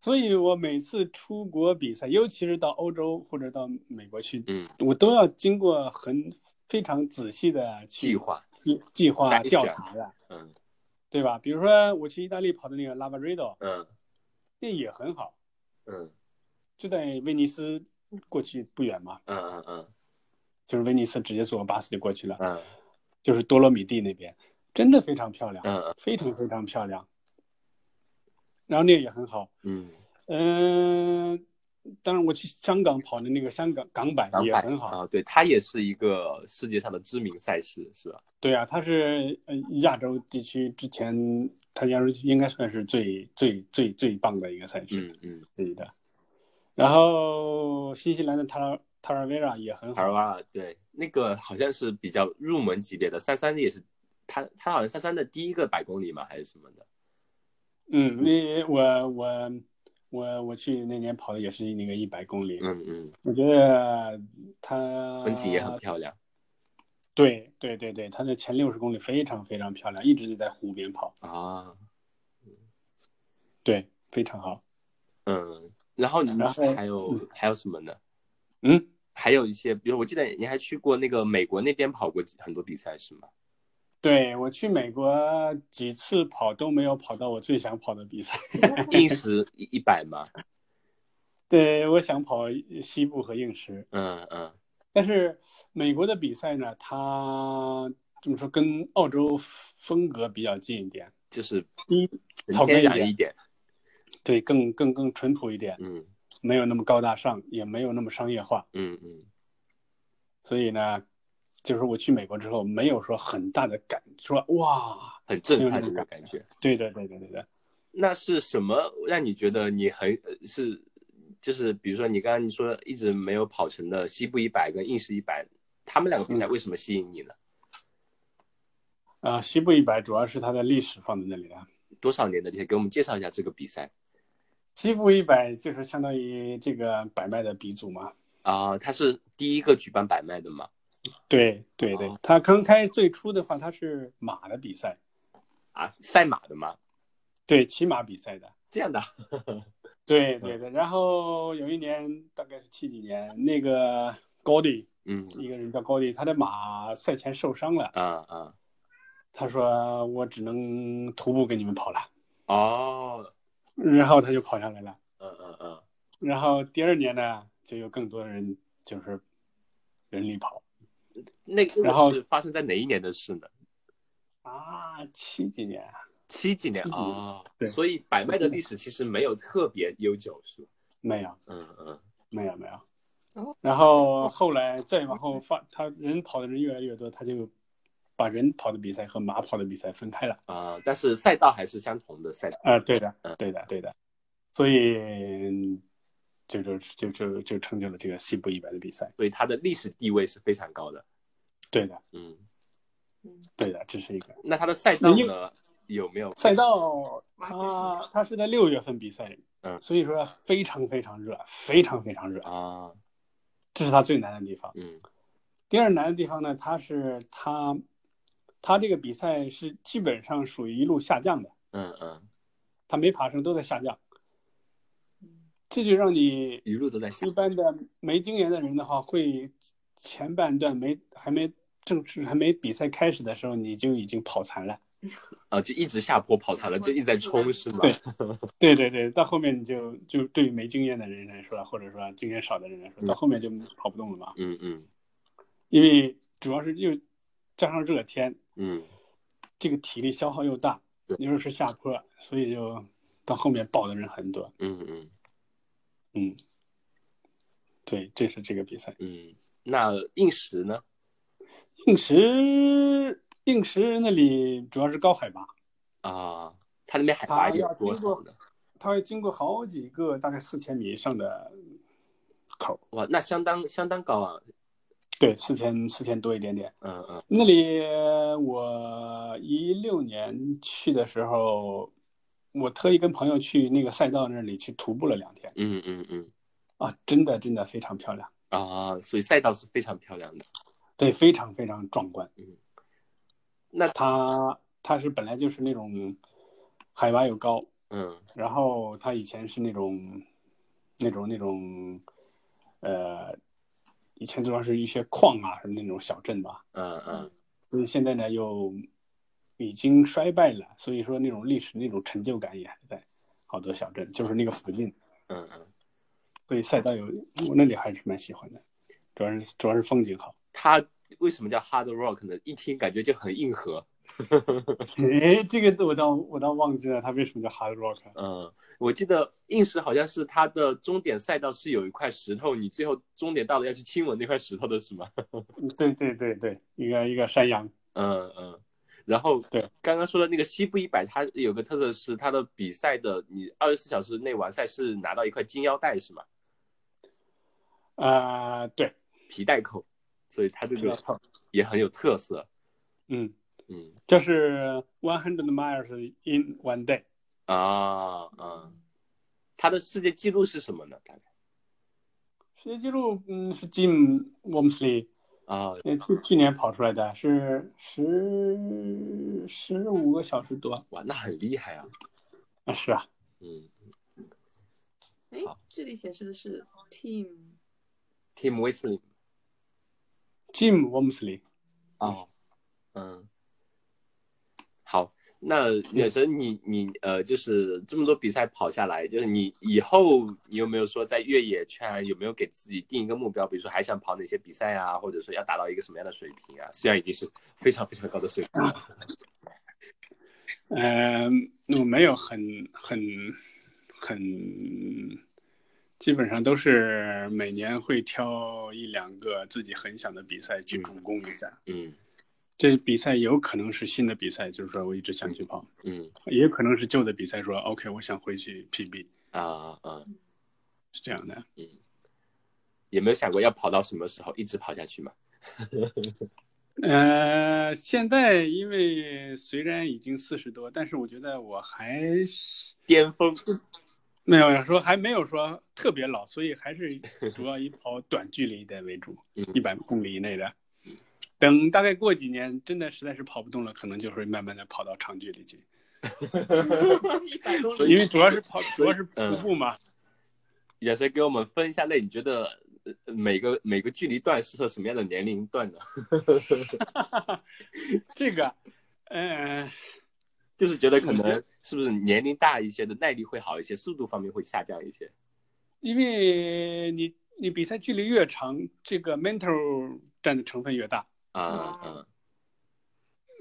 Speaker 3: 所以我每次出国比赛，尤其是到欧洲或者到美国去，
Speaker 1: 嗯，
Speaker 3: 我都要经过很非常仔细的去
Speaker 1: 计划，
Speaker 3: 计计划
Speaker 1: 筛选
Speaker 3: 调查的，
Speaker 1: 嗯
Speaker 3: 对吧？比如说我去意大利跑的那个拉巴瑞多，
Speaker 1: 嗯
Speaker 3: 那也很好，
Speaker 1: 嗯
Speaker 3: 就在威尼斯过去不远嘛，
Speaker 1: 嗯嗯嗯
Speaker 3: 就是威尼斯直接坐巴士就过去了，
Speaker 1: 嗯
Speaker 3: 就是多罗米蒂那边，真的非常漂亮，
Speaker 1: 嗯
Speaker 3: 非常非常漂亮。然后那个也很好，
Speaker 1: 嗯，
Speaker 3: 嗯、当然我去香港跑的那个香港港版
Speaker 1: 两
Speaker 3: 嗯也
Speaker 1: 百
Speaker 3: 很好，
Speaker 1: 啊，对，它也是一个世界上的知名赛事，是吧？
Speaker 3: 对啊，它是呃亚洲地区之前，它亚洲地区应该算是最最最最棒的一个赛事
Speaker 1: 嗯嗯，
Speaker 3: 之一的。然后新西兰的塔拉塔拉维拉也很
Speaker 1: 卡
Speaker 3: 好，
Speaker 1: 罗拉啊对，那个好像是比较入门级别的，三三也是，它它好像三三的第一个百公里嘛，还是什么的？
Speaker 3: 嗯，那我我我我去那年跑的也是那个一百公里，
Speaker 1: 嗯嗯，
Speaker 3: 我觉得它
Speaker 1: 风景也很漂亮
Speaker 3: 对对对对，它的前六十公里非常非常漂亮，一直就在湖边跑，
Speaker 1: 啊，
Speaker 3: 对，非常好。
Speaker 1: 嗯，然后你
Speaker 3: 然后
Speaker 1: 还有还有什么呢？
Speaker 3: 嗯，
Speaker 1: 还有一些，比如我记得你还去过那个美国那边跑过几很多比赛是吗？
Speaker 3: 对我去美国几次跑都没有跑到我最想跑的比赛。 <laughs>
Speaker 2: 嗯
Speaker 1: 硬石一一百吗？
Speaker 3: 对，我想跑西部和硬石，
Speaker 1: 嗯嗯
Speaker 3: 但是美国的比赛呢，它怎么说跟澳洲风格比较近一点，
Speaker 1: 就是
Speaker 3: 嗯
Speaker 1: 纯
Speaker 3: 草根
Speaker 1: 天
Speaker 3: 一
Speaker 1: 然
Speaker 3: 点
Speaker 1: 一点，
Speaker 3: 对，更更更淳朴一点，
Speaker 1: 嗯
Speaker 3: 没有那么高大上，也没有那么商业化，
Speaker 1: 嗯嗯
Speaker 3: 所以呢，就是我去美国之后，没有说很大的感说哇，
Speaker 1: 很震撼的那
Speaker 3: 没有那
Speaker 1: 种
Speaker 3: 种
Speaker 1: 感觉。
Speaker 3: 对对对对对对，
Speaker 1: 那是什么让你觉得你很呃是就是比如说你刚刚你说一直没有跑成的西部一百跟硬石一百，他们两个比
Speaker 3: 嗯
Speaker 1: 赛为什么吸引你呢？
Speaker 3: 啊、西部一百主要是它的历史放在那里啊了。
Speaker 1: 多少年的历史？给我们介绍一下这个比赛
Speaker 3: 西部一百就是相当于这个百迈的鼻祖嘛，
Speaker 1: 啊？它是第一个举办百迈的嘛？
Speaker 3: 对对对
Speaker 1: 哦，
Speaker 3: 它刚开最初的话，它是马的比赛，
Speaker 1: 啊，赛马的吗？
Speaker 3: 对，骑马比赛的，
Speaker 1: 这
Speaker 3: <laughs>
Speaker 1: 样的啊，
Speaker 3: 对对对。然后有一年，大概是七几年，那个高迪，
Speaker 1: 嗯
Speaker 3: 一个人叫高迪，他的马赛前受伤了，
Speaker 1: 啊啊
Speaker 3: 他说我只能徒步跟你们跑了，
Speaker 1: 哦，
Speaker 3: 然后他就跑下来了。
Speaker 1: 嗯嗯嗯，
Speaker 3: 然后第二年呢，就有更多的人就是人力跑
Speaker 1: 那个
Speaker 3: 然后
Speaker 1: 是发生在哪一年的事呢？
Speaker 3: 啊，七几年啊
Speaker 1: 七几年
Speaker 3: 七几年
Speaker 1: 啊，
Speaker 3: 对
Speaker 1: 所以百迈的历史其实没有特别悠久，是吧？
Speaker 3: 没有。
Speaker 1: 嗯嗯
Speaker 3: 没有没有
Speaker 2: 哦。
Speaker 3: 然后后来再往后发，他人跑的人越来越多，他就把人跑的比赛和马跑的比赛分开了。
Speaker 1: 啊，但是赛道还是相同的赛道。
Speaker 3: 啊、对的
Speaker 1: 嗯，
Speaker 3: 对的，对的。所以就就就就就成就了这个西部一百的比赛。
Speaker 1: 所以它的历史地位是非常高的。
Speaker 3: 对的，
Speaker 1: 嗯，
Speaker 3: 对的，这是一个
Speaker 1: 那它的赛道呢有没有
Speaker 3: 赛道。它它是在六月份比赛，
Speaker 1: 嗯
Speaker 3: 所以说非常非常热，非常非常热，
Speaker 1: 啊？
Speaker 3: 这是它最难的地方。
Speaker 1: 嗯
Speaker 3: 第二难的地方呢，它是它它这个比赛是基本上属于一路下降的。
Speaker 1: 嗯嗯，
Speaker 3: 它没爬升，都在下降，这就让你
Speaker 1: 一路都在下
Speaker 3: 一。般的没经验的人的话，会前半段没还没正式还没比赛开始的时候，你就已经跑残了。
Speaker 1: 啊，就一直下坡跑残了，就一直在冲是吗？
Speaker 3: 对对对对，到后面你就就对于没经验的人来说，或者说经验少的人来说，
Speaker 1: 嗯
Speaker 3: 到后面就跑不动了嘛，
Speaker 1: 嗯嗯
Speaker 3: 因为主要是又加上热天，
Speaker 1: 嗯
Speaker 3: 这个体力消耗又大
Speaker 1: 对，
Speaker 3: 又是下坡，所以就到后面爆的人很多。
Speaker 1: 嗯嗯
Speaker 3: 嗯，对，这是这个比赛。
Speaker 1: 嗯。那硬石呢？
Speaker 3: 硬石，硬石那里主要是高海拔，
Speaker 1: 啊，它那边海拔
Speaker 3: 它
Speaker 1: 有
Speaker 3: 要
Speaker 1: 多
Speaker 3: 经过
Speaker 1: 少呢？
Speaker 3: 它会经过好几个大概四千米以上的口儿，
Speaker 1: 哇，那相当相当高啊。
Speaker 3: 对，四千四千多一点点。
Speaker 1: 嗯嗯
Speaker 3: 那里我一六年去的时候，我特意跟朋友去那个赛道那里去徒步了两天
Speaker 1: 嗯嗯嗯。
Speaker 3: 啊，真的真的非常漂亮，
Speaker 1: 啊，所以赛道是非常漂亮的。
Speaker 3: 对，非常非常壮观。
Speaker 1: 嗯，那
Speaker 3: 它它是本来就是那种海拔又高，
Speaker 1: 嗯
Speaker 3: 然后他以前是那种，那种那种，呃，以前主要是一些矿啊什么那种小镇吧，
Speaker 1: 嗯嗯
Speaker 3: 所以现在呢又已经衰败了，所以说那种历史那种陈旧感也还在，好多小镇就是那个附近，
Speaker 1: 嗯嗯。
Speaker 3: 所以赛道有我那里还是蛮喜欢的，主要是主要是风景好。
Speaker 1: 它为什么叫 hard rock 呢？一听感觉就很硬核。
Speaker 3: 诶，这个我倒我倒忘记了，它为什么叫 hard rock？
Speaker 1: 嗯，我记得硬石好像是它的终点赛道是有一块石头，你最后终点到了要去亲吻那块石头的是吗？ <laughs>
Speaker 3: 嗯对对对对，一个一个山羊，
Speaker 1: 嗯嗯。然后
Speaker 3: 对
Speaker 1: 刚刚说的那个西部一百，它有个特色是它的比赛的你二十四小时内完赛是拿到一块金腰带是吗？
Speaker 3: 啊、对，
Speaker 1: 皮带扣，所以它这个也很有特色。
Speaker 3: 嗯，
Speaker 1: 嗯
Speaker 3: 就是 one hundred miles in one day，
Speaker 1: 啊啊，它的世界纪录是什么呢？大概
Speaker 3: 世界纪录嗯是 Jim Wamsley
Speaker 1: 啊
Speaker 3: 呃去去年跑出来的，是十十五个小时多
Speaker 1: 哇，那很厉害啊。
Speaker 3: 啊，是啊，
Speaker 1: 嗯
Speaker 2: 哎
Speaker 1: 好，
Speaker 2: 这里显示的是
Speaker 1: <laughs>
Speaker 2: team，
Speaker 1: ，Team Wesley
Speaker 3: Jim Wamsley，
Speaker 1: 哦，嗯，好，那远神你，你呃，就是这么多比赛跑下来，就是你以后你有没有说在越野圈有没有给自己定一个目标，比如说还想跑哪些比赛啊，或者说要达到一个什么样的水平啊？虽然已经是非常非常高的水平了，
Speaker 3: 嗯、我没有很很很，基本上都是每年会挑一两个自己很想的比赛去主攻一下。
Speaker 1: 嗯
Speaker 3: 这比赛有可能是新的比赛，就是说我一直想去跑，
Speaker 1: 嗯
Speaker 3: 也有可能是旧的比赛说，OK，我想回去 PB，
Speaker 1: 啊啊，
Speaker 3: 是这样的。
Speaker 1: 也没有想过要跑到什么时候一直跑下去嘛？
Speaker 3: 呃，现在因为虽然已经四十多，但是我觉得我还是
Speaker 1: 巅峰，
Speaker 3: 没有说还没有说特别老，所以还
Speaker 1: <laughs>
Speaker 3: 是主要以跑短距离的为主
Speaker 1: 嗯，
Speaker 3: 一百公里以内的。等大概过几年，真的实在是跑不动了，可能就会慢慢的跑到长距离去，
Speaker 2: 一百公
Speaker 1: 所以
Speaker 2: 里
Speaker 3: 因为主要是跑，主
Speaker 1: 所以嗯
Speaker 3: 要是徒步嘛。
Speaker 1: 远神给我们分一下类，你觉得呃每个每个距离段适合什么样的年龄段呢？ <laughs>
Speaker 3: 这个，呃，
Speaker 1: 就是觉得可能是不是年龄大一些的耐力会好一些，速度方面会下降一些。
Speaker 3: 因为你你比赛距离越长，这个 mental 占的成分越大，
Speaker 1: 啊
Speaker 2: 哦
Speaker 1: 啊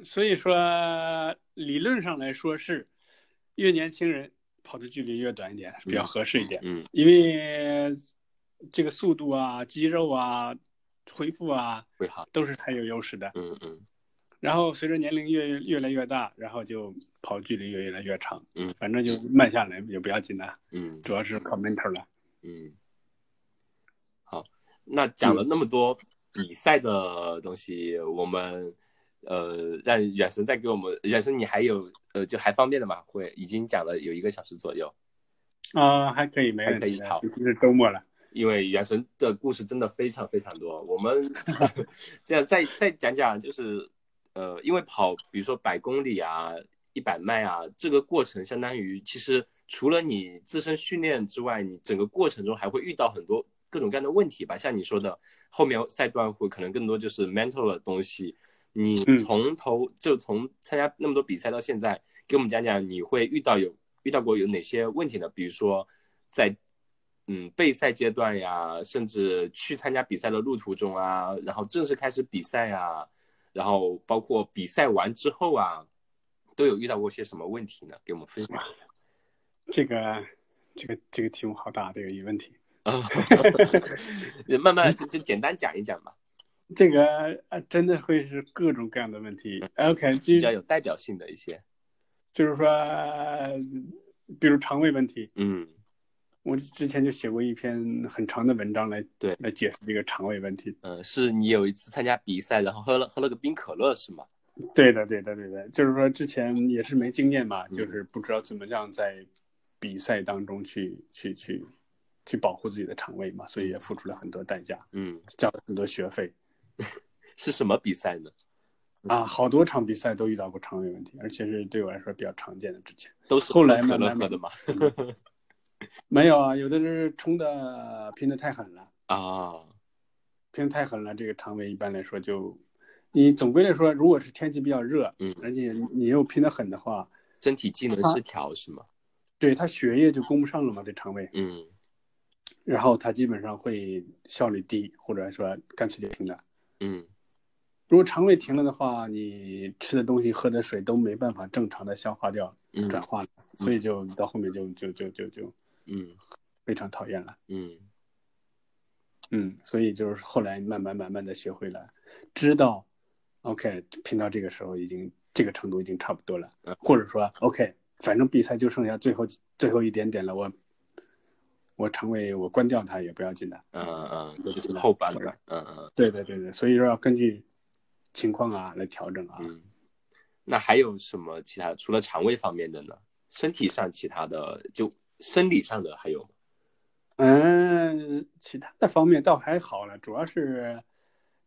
Speaker 3: 所以说理论上来说是越年轻人跑的距离越短一点比较合适一点，
Speaker 1: 嗯
Speaker 3: 因为这个速度啊、肌肉啊、恢复啊
Speaker 1: 会好。
Speaker 3: 都是还有优势的。
Speaker 1: 嗯嗯
Speaker 3: 然后随着年龄越越来越大，然后就跑距离越来越长，
Speaker 1: 嗯
Speaker 3: 反正就慢下来也不要紧的，
Speaker 1: 嗯
Speaker 3: 主要是靠 mental 了。
Speaker 1: 嗯。好，那讲了那么多比赛的东西，我们呃让远神再给我们，远神你还有呃就还方便的嘛？会已经讲了有一个小时左右，
Speaker 3: 啊、还可以，没
Speaker 1: 还
Speaker 3: 问
Speaker 1: 可以
Speaker 3: 题的
Speaker 1: 跑，
Speaker 3: 尤其是周末了。
Speaker 1: 因为原神的故事真的非常非常多。我们这样再再讲讲，就是呃，因为跑，比如说百公里啊、一百迈啊，这个过程相当于其实除了你自身训练之外，你整个过程中还会遇到很多各种各样的问题吧。像你说的，后面赛段会可能更多就是 mental 的东西。你
Speaker 3: 嗯
Speaker 1: 从头就从参加那么多比赛到现在，给我们讲讲你会遇到有遇到过有哪些问题呢？比如说在嗯备赛阶段呀，甚至去参加比赛的路途中啊，然后正式开始比赛啊，然后包括比赛完之后啊，都有遇到过些什么问题呢？给我们分 <laughs> 享。
Speaker 3: 这个这个这个题目好大，这个疑问题。
Speaker 1: 啊，慢慢就就简单讲一讲吧，
Speaker 3: 这个呃，真的会是各种各样的问题。OK，就
Speaker 1: 嗯比较有代表性的一些。
Speaker 3: 就是说，呃比如肠胃问题，
Speaker 1: 嗯
Speaker 3: 我之前就写过一篇很长的文章来
Speaker 1: 对
Speaker 3: 来解释这个肠胃问题。
Speaker 1: 嗯、呃是你有一次参加比赛，然后喝了喝了个冰可乐是吗？
Speaker 3: 对的，对的，对的，就是说之前也是没经验嘛，就是不知道怎么样在比赛当中去去去去保护自己的肠胃嘛，所以也付出了很多代价，
Speaker 1: 嗯，
Speaker 3: 交了很多学费。
Speaker 1: 是什么比赛呢？
Speaker 3: 啊，好多场比赛都遇到过肠胃问题，而且是对我来说比较常见的。之前
Speaker 1: 都是
Speaker 3: 后来
Speaker 1: 喝可
Speaker 3: 慢
Speaker 1: 乐
Speaker 3: 慢
Speaker 1: 喝的吗？
Speaker 3: 没有啊，有的是冲的拼的太狠了，
Speaker 1: 啊，
Speaker 3: 拼得太狠了，这个肠胃一般来说就，你总归来说，如果是天气比较热，
Speaker 1: 嗯
Speaker 3: 而且你又拼得狠的话，啊
Speaker 1: 身体机能失调是吗？
Speaker 3: 对它血液就供不上了嘛，这肠胃，
Speaker 1: 嗯
Speaker 3: 然后它基本上会效率低，或者说干脆就停了。
Speaker 1: 嗯
Speaker 3: 如果肠胃停了的话，你吃的东西、喝的水都没办法正常的消化掉、
Speaker 1: 嗯
Speaker 3: 转化了，所以就到后面就就就就就
Speaker 1: 嗯
Speaker 3: 非常讨厌了。
Speaker 1: 嗯
Speaker 3: 嗯，所以就是后来慢慢慢慢的学会了，知道，OK，拼到这个时候已经这个程度已经差不多了
Speaker 1: 嗯，
Speaker 3: 或者说 OK，反正比赛就剩下最后最后一点点了，我我肠胃我关掉它也不要紧的。
Speaker 1: 嗯嗯，就是后半段，嗯嗯。
Speaker 3: 对对对对，所以说要根据情况啊来调整啊。
Speaker 1: 嗯，那还有什么其他除了肠胃方面的呢？身体上其他的就生理上的还有吗？
Speaker 3: 嗯，其他的方面倒还好了，主要是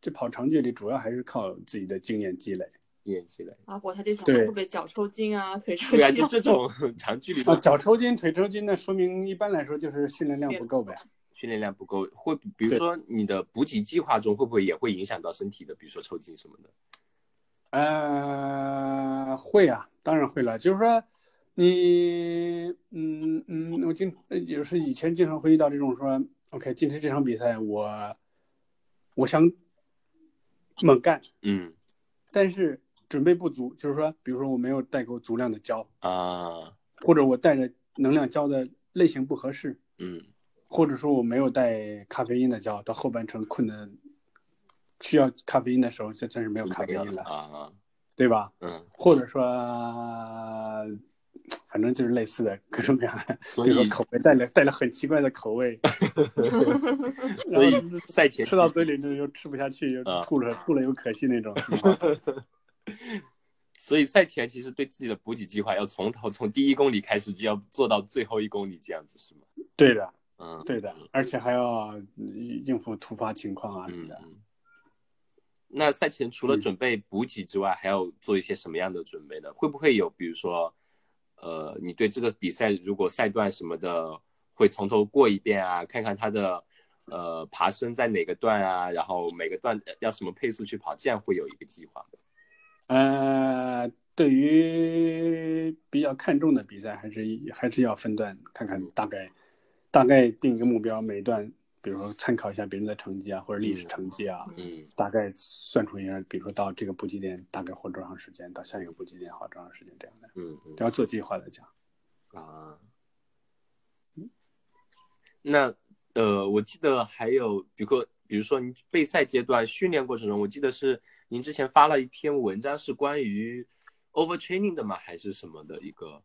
Speaker 3: 这跑长距离主要还是靠自己的经验积累
Speaker 1: 练起来。
Speaker 2: 啊，我他就想
Speaker 3: 对
Speaker 2: 会不会脚抽筋啊，腿抽
Speaker 1: 对
Speaker 2: 筋、
Speaker 1: 啊，就这
Speaker 3: <laughs>
Speaker 1: 种长距离
Speaker 3: 啊。
Speaker 1: 的
Speaker 3: 脚抽筋、腿抽筋，那说明一般来说就是训练量不够呗。
Speaker 1: 训练量不够，会比如说你的补给计划中会不会也会影响到身体的，比如说抽筋什么的？
Speaker 3: 呃，会啊，当然会了。就是说你，嗯嗯，我经呃也是以前经常会遇到这种说，OK，今天这场比赛我我想猛干，
Speaker 1: 嗯
Speaker 3: 但是准备不足，就是说，比如说我没有带够足量的胶，
Speaker 1: 啊，
Speaker 3: 或者我带着能量胶的类型不合适，
Speaker 1: 嗯
Speaker 3: 或者说我没有带咖啡因的胶，到后半程困的需要咖啡因的时候，这真是没有咖啡因了，
Speaker 1: 啊，
Speaker 3: 对吧？ <laughs>
Speaker 1: 嗯，
Speaker 3: 或者说，反正就是类似的各种各样的，
Speaker 1: 所
Speaker 3: 比如说
Speaker 1: 以
Speaker 3: 口味带了带了很奇怪的口
Speaker 1: <laughs>
Speaker 3: 味，然
Speaker 1: 所
Speaker 3: 后
Speaker 1: 以赛前
Speaker 3: 吃到嘴里就又吃不下去，又
Speaker 1: 啊
Speaker 3: 吐了，吐了又可惜那种。
Speaker 1: <laughs> 所以赛前其实对自己的补给计划要从头从第一公里开始就要做到最后一公里这样子是吗？
Speaker 3: 对的，
Speaker 1: 嗯，
Speaker 3: 对的，而且还要应付突发情况啊什么
Speaker 1: 嗯
Speaker 3: 的。
Speaker 1: 嗯。那赛前除了
Speaker 3: 嗯
Speaker 1: 准备补给之外，还要做一些什么样的准备呢？会不会有比如说，呃，你对这个比赛如果赛段什么的，会从头过一遍啊，看看它的呃爬升在哪个段啊，然后每个段呃要什么配速去跑，这样会有一个计划吗。
Speaker 3: 呃，对于比较看重的比赛，还是还是要分段看看，大概大概定一个目标，每段比如说参考一下别人的成绩啊，或者历史成绩啊，
Speaker 1: 嗯
Speaker 3: 大概算出一下，比如说到这个补给点大概花多长时间，到下一个补给点花多长时间这样的，
Speaker 1: 嗯嗯
Speaker 3: 都要做计划来讲。
Speaker 1: 啊。嗯那呃，我记得还有，比如说，比如说您备赛阶段训练过程中，我记得是您之前发了一篇文章，是关于 overtraining 的吗？还是什么的一个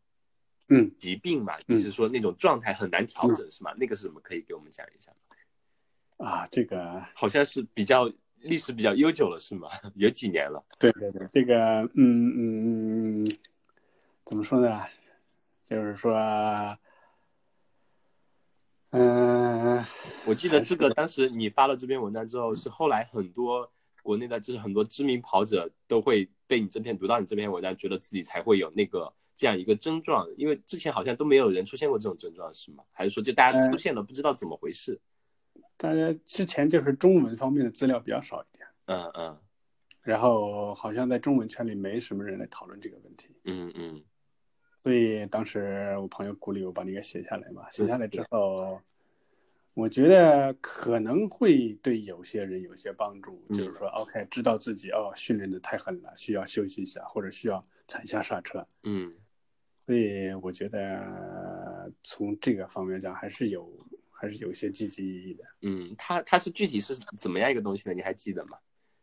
Speaker 3: 嗯，
Speaker 1: 疾病嘛？
Speaker 3: 嗯
Speaker 1: 你是说那种状态很难调整、是吗？那个是什么？可以给我们讲一下吗？
Speaker 3: 啊，这个
Speaker 1: 好像是比较历史比较悠久了是吗？有几年了？
Speaker 3: 对对对，这个嗯嗯，怎么说呢？就是说，嗯、
Speaker 1: 我记得这个当时你发了这篇文章之后，是后来很多国内的，就是很多知名跑者都会被你这篇读到你这篇文章，觉得自己才会有那个这样一个症状，因为之前好像都没有人出现过这种症状，是吗？还是说就大家出现了不知道怎么回事？
Speaker 3: 大家之前就是中文方面的资料比较少一点，
Speaker 1: 嗯嗯
Speaker 3: 然后好像在中文圈里没什么人来讨论这个问题，
Speaker 1: 嗯嗯
Speaker 3: 所以当时我朋友鼓励我把那个写下来嘛，写下来之后，我觉得可能会对有些人有些帮助，
Speaker 1: 嗯
Speaker 3: 就是说 OK，知道自己哦训练的太狠了，需要休息一下，或者需要踩一下刹车，
Speaker 1: 嗯
Speaker 3: 所以我觉得从这个方面讲还是有还是有一些积极意义的。
Speaker 1: 嗯，它它是具体是怎么样一个东西呢？你还记得吗？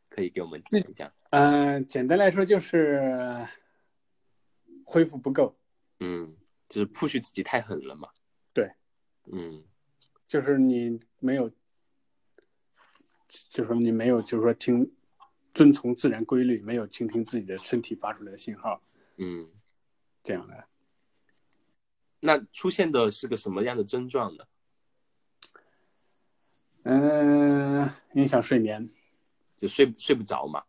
Speaker 1: 可以给我们讲一讲。
Speaker 3: 嗯，简单来说就是恢复不够，
Speaker 1: 嗯，就是 push 自己太狠了嘛。
Speaker 3: 对，
Speaker 1: 嗯
Speaker 3: 就是你没有，就是你没有，就是说听遵从自然规律，没有倾听自己的身体发出来的信号，
Speaker 1: 嗯，
Speaker 3: 这样的。
Speaker 1: 那出现的是个什么样的症状呢？
Speaker 3: 嗯，影响睡眠，
Speaker 1: 就睡睡不着嘛。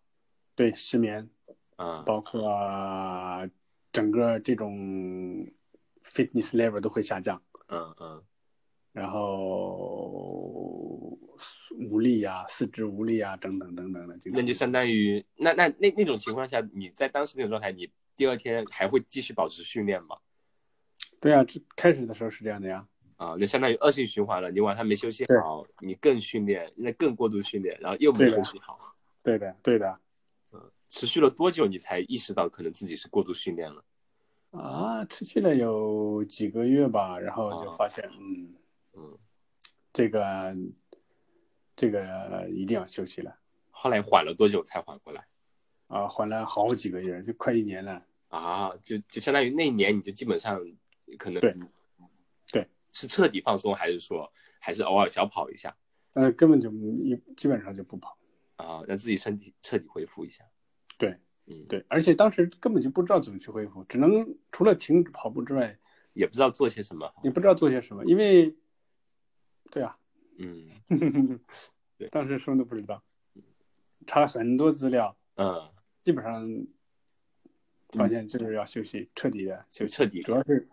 Speaker 3: 对失眠，
Speaker 1: 啊，
Speaker 3: 包括整个这种 fitness level 都会下降，
Speaker 1: 嗯嗯
Speaker 3: 然后无力啊，四肢无力啊，等等等等的。经常
Speaker 1: 那就相当于那那那那种情况下，你在当时那种状态，你第二天还会继续保持训练吗？
Speaker 3: 对啊，这开始的时候是这样的呀。
Speaker 1: 啊，那相当于恶性循环了。你晚上没休息好，你更训练，那更过度训练，然后又没
Speaker 3: 对的
Speaker 1: 休息好，
Speaker 3: 对的，对的。
Speaker 1: 持续了多久你才意识到可能自己是过度训练了？
Speaker 3: 啊，持续了有几个月吧，然后就
Speaker 1: 啊
Speaker 3: 发现，嗯
Speaker 1: 嗯，
Speaker 3: 这个这个一定要休息了
Speaker 1: 后来缓了多久才缓过来？
Speaker 3: 啊，缓了好几个月，就快一年了。
Speaker 1: 啊，就就相当于那一年你就基本上可能
Speaker 3: 对对
Speaker 1: 是彻底放松，还是说还是偶尔小跑一下
Speaker 3: 呃，根本就一基本上就不跑，
Speaker 1: 啊，让自己身体彻底恢复一下？
Speaker 3: 对
Speaker 1: 嗯，，
Speaker 3: 对，而且当时根本就不知道怎么去恢复，只能除了停止跑步之外，
Speaker 1: 也不知道做些什么好。
Speaker 3: 也不知道做些什么，因为，对啊，
Speaker 1: 嗯对
Speaker 3: <laughs> 当时什么都不知道，查了很多资料，
Speaker 1: 嗯，
Speaker 3: 基本上发现就是要休息，彻底的休
Speaker 1: 就
Speaker 3: 息，
Speaker 1: 彻底
Speaker 3: 主要是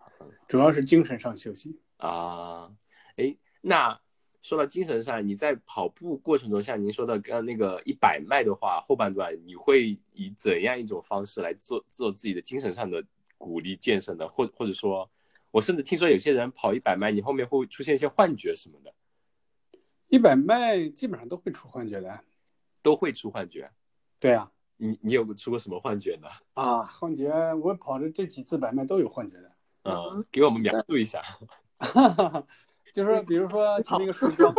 Speaker 3: 主要是精神上休息。
Speaker 1: 啊，哎，那说到精神上，你在跑步过程中，像您说的刚那个一百迈的话，后半段你会以怎样一种方式来做做自己的精神上的鼓励建设呢？或或者说，我甚至听说有些人跑一百迈，你后面会出现一些幻觉什么的，
Speaker 3: 一百迈基本上都会出幻觉的，
Speaker 1: 都会出幻觉。
Speaker 3: 对啊，
Speaker 1: 你你有出过什么幻觉呢？
Speaker 3: 啊，幻觉，我跑的这几次百迈都有幻觉的。
Speaker 1: 嗯
Speaker 2: 嗯，
Speaker 1: 给我们描述一下。
Speaker 3: 哈哈哈， <laughs> 就是说，比如说前面一个树桩，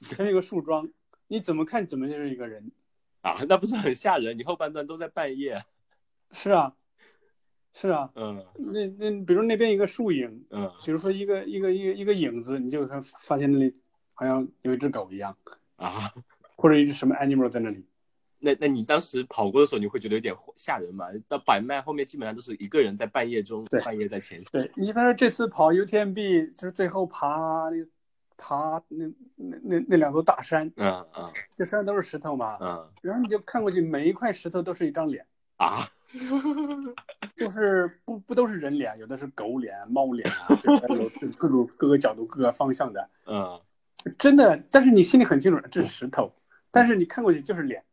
Speaker 3: 前面一个树桩，你怎么看怎么就是一个人。
Speaker 1: 啊， <laughs> 那不是很吓人？你后半段都在半夜。
Speaker 3: 是啊，是啊，
Speaker 1: 嗯
Speaker 3: 那那比如那边一个树影，
Speaker 1: 嗯
Speaker 3: 比如说一个一个一个一个影子，你就看发现那里好像有一只狗一样，
Speaker 1: 啊，
Speaker 3: 或者一只什么 animal 在那里。
Speaker 1: 那那你当时跑过的时候，你会觉得有点吓人吗？到百迈后面基本上都是一个人在半夜中，
Speaker 3: 对
Speaker 1: 半夜在前行。
Speaker 3: 对，你但是这次跑 UTMB 就是最后爬那爬那那那那两座大山，
Speaker 1: 嗯嗯
Speaker 3: 这山上都是石头嘛，
Speaker 1: 嗯
Speaker 3: 然后你就看过去，每一块石头都是一张脸。
Speaker 1: 啊，
Speaker 3: 就是不不都是人脸，有的是狗脸、猫脸 <laughs> 啊，就是有各种各个角度、各个方向的，
Speaker 1: 嗯，
Speaker 3: 真的。但是你心里很清楚，这是石头，但是你看过去就是脸。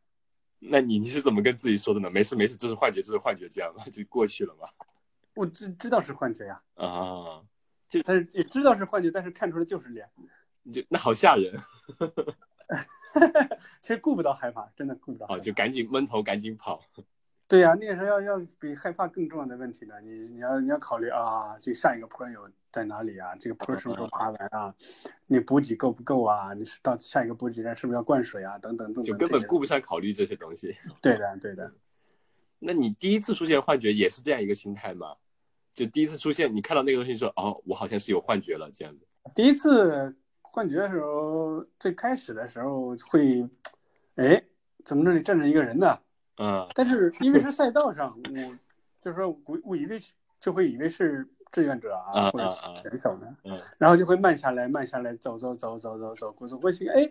Speaker 1: 那你你是怎么跟自己说的呢？没事没事，这是幻觉，这是幻觉，这样吧，就过去了嘛。
Speaker 3: 我知知道是幻觉呀、
Speaker 1: 啊，
Speaker 3: 但是也知道是幻觉，但是看出来就是脸。
Speaker 1: 你就那好吓人
Speaker 3: 其实顾不到害怕，真的顾不到害
Speaker 1: 啊，
Speaker 3: 怕。
Speaker 1: 就赶紧闷头赶紧跑。
Speaker 3: 对呀、那个时候要要比害怕更重要的问题呢，你你要你要考虑啊，这下一个坡有在哪里啊？这个坡
Speaker 1: 嗯
Speaker 3: 什么时候爬完啊？你补给够不够啊？你是到下一个补给站是不是要灌水啊？等等等等这
Speaker 1: 就
Speaker 3: 些，
Speaker 1: 根本顾不嗯上考虑这些东西。
Speaker 3: 对的对的。
Speaker 1: 那你第一次出现幻觉也是这样一个心态吗？就第一次出现，你看到那个东西说，哦，我好像是有幻觉了这样子。
Speaker 3: 第一次幻觉的时候，最开始的时候会，哎，怎么这里站着一个人呢？
Speaker 1: 嗯
Speaker 3: 但是
Speaker 1: <laughs>
Speaker 3: 因为是赛道上，我就是说我我以为就会以为是志愿者啊
Speaker 1: 啊
Speaker 3: 或者
Speaker 1: 啊啊
Speaker 3: 选手呢，
Speaker 1: 嗯
Speaker 3: 然后就会慢下来，慢下来，走走走走走走，过走过去，哎，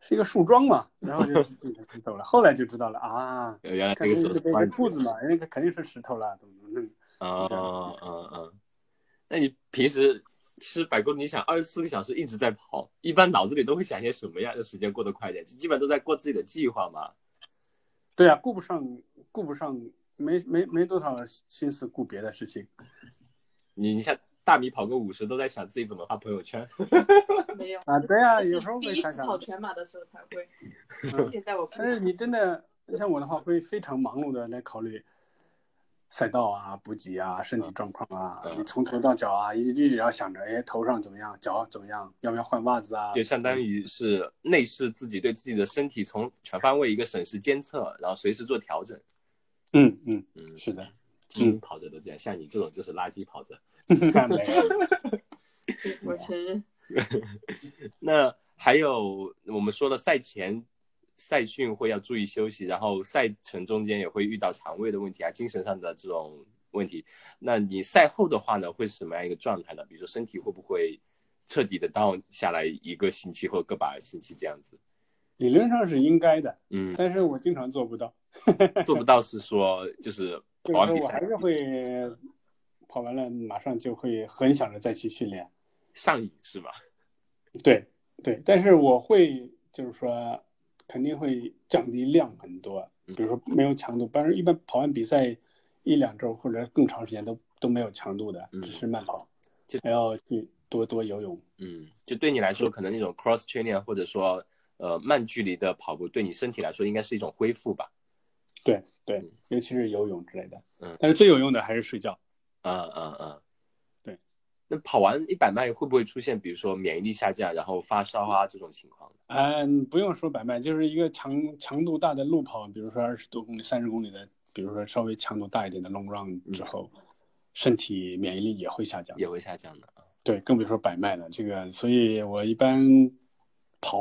Speaker 3: 是一个树桩嘛，然后就就就走了。后来就知道
Speaker 1: <laughs>
Speaker 3: 了啊，
Speaker 1: 呃原来
Speaker 3: 看
Speaker 1: 那个
Speaker 3: 这
Speaker 1: 时候
Speaker 3: 这
Speaker 1: 是
Speaker 3: 边
Speaker 1: 幻
Speaker 3: 是
Speaker 1: 觉
Speaker 3: 柱子嘛，那个肯定是石头啦，怎么怎么弄。
Speaker 1: 啊
Speaker 3: 这样
Speaker 1: 嗯嗯嗯。那你平时其实百公里，你想二十四个小时一直在跑，一般脑子里都会想些什么呀？让时间过得快一点，就基本都在过自己的计划嘛。
Speaker 3: 对啊，顾不上，顾不上，没没没多少心思顾别的事情。
Speaker 1: 你你像大米跑个五十，都在想自己怎么发朋友圈。
Speaker 2: 没有。
Speaker 3: 啊，对啊，
Speaker 2: 但是
Speaker 3: 有时候
Speaker 2: 第
Speaker 3: 没
Speaker 2: 一
Speaker 3: 啥
Speaker 2: 次
Speaker 3: 想
Speaker 2: 跑
Speaker 3: 法。
Speaker 2: 全马的时候才会
Speaker 3: 嗯，
Speaker 2: 现在我不
Speaker 3: 但是你真的像我的话，会非常忙碌的来考虑赛道啊、补给啊、身体状况啊，
Speaker 1: 嗯
Speaker 3: 你从头到脚啊，一一直要想着，哎，头上怎么样，脚怎么样，要不要换袜子啊？
Speaker 1: 就相当于是内视自己对自己的身体从全方位一个审视监测，然后随时做调整。
Speaker 3: 嗯嗯，
Speaker 1: 嗯，
Speaker 3: 是的， <laughs>
Speaker 1: 精英跑者都这样，像你这种就是垃圾跑者。
Speaker 3: 没有
Speaker 2: 我承认，
Speaker 1: 那还有我们说了，赛前赛训会要注意休息，然后赛程中间也会遇到肠胃的问题啊，精神上的这种问题。那你赛后的话呢，会是什么样一个状态呢？比如说身体会不会彻底的 down 下来一个星期或个把星期这样子？
Speaker 3: 理论上是应该的，
Speaker 1: 嗯，
Speaker 3: 但是我经常做不到，
Speaker 1: 做不到是说就是跑
Speaker 3: 就是
Speaker 1: 完
Speaker 3: 说
Speaker 1: 比
Speaker 3: 我
Speaker 1: 赛
Speaker 3: 还是会跑完了，马上就会很想着再去训练。
Speaker 1: 上瘾是吧？
Speaker 3: 对对，但是我会就是说，肯定会降低量很多，
Speaker 1: 嗯
Speaker 3: 比如说没有强度，但是一般跑完比赛一两周或者更长时间都都没有强度的，
Speaker 1: 嗯
Speaker 3: 只是慢跑。还要去多多游泳。
Speaker 1: 嗯，就对你来说，可能那种 cross training 啊或者说呃慢距离的跑步，对你身体来说应该是一种恢复吧？
Speaker 3: 对对，尤其是游泳之类的。
Speaker 1: 嗯
Speaker 3: 但是最有用的还是睡觉。
Speaker 1: 嗯嗯嗯，
Speaker 3: 对。
Speaker 1: 那跑完一百迈会不会出现，比如说免疫力下降，然后发烧啊这种情况？
Speaker 3: 嗯，不用说百迈，就是一个强强度大的路跑，比如说二十多公里、三十公里的，比如说稍微强度大一点的 long run
Speaker 1: 嗯
Speaker 3: 之后，身体免疫力也会下降。
Speaker 1: 也会下降的。
Speaker 3: 对，更别说百迈了。这个，所以我一般跑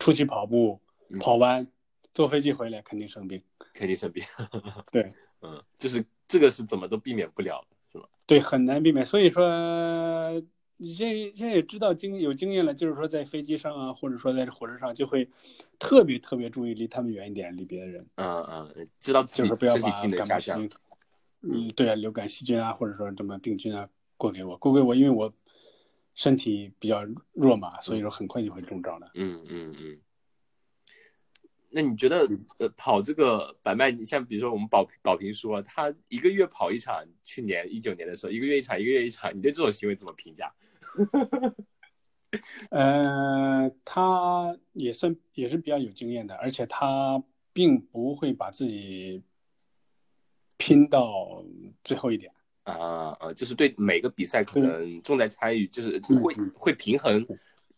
Speaker 3: 出去跑步
Speaker 1: 嗯，
Speaker 3: 跑完坐飞机回来肯定生病。
Speaker 1: 肯定生病。
Speaker 3: <laughs> 对，
Speaker 1: 嗯，就是这个是怎么都避免不了的，是吧？
Speaker 3: 对，很难避免。所以说，你这这也知道经有经验了，就是说在飞机上啊，或者说在火车上，就会特别特别注意离他们远一点，离别的人，
Speaker 1: 嗯嗯，知道自
Speaker 3: 就
Speaker 1: 己
Speaker 3: 是不要
Speaker 1: 身
Speaker 3: 把
Speaker 1: 体机能
Speaker 3: 感
Speaker 1: 下
Speaker 3: 冒细
Speaker 1: 降
Speaker 3: 菌，，嗯，对啊，流感细菌啊，或者说什么病菌啊，过给我，过给我，因为我身体比较弱嘛，所以说很快就会中招的。
Speaker 1: 嗯嗯嗯。那你觉得，
Speaker 3: 嗯
Speaker 1: 呃，跑这个百迈，你像比如说我们保保平说，他一个月跑一场，去年一九年的时候，一个月一场，一个月一场，你对这种行为怎么评价？
Speaker 3: 呃，他也算也是比较有经验的，而且他并不会把自己拼到最后一点。
Speaker 1: 啊呃，就是对每个比赛
Speaker 3: 嗯
Speaker 1: 可能重在参与，就是会会平衡，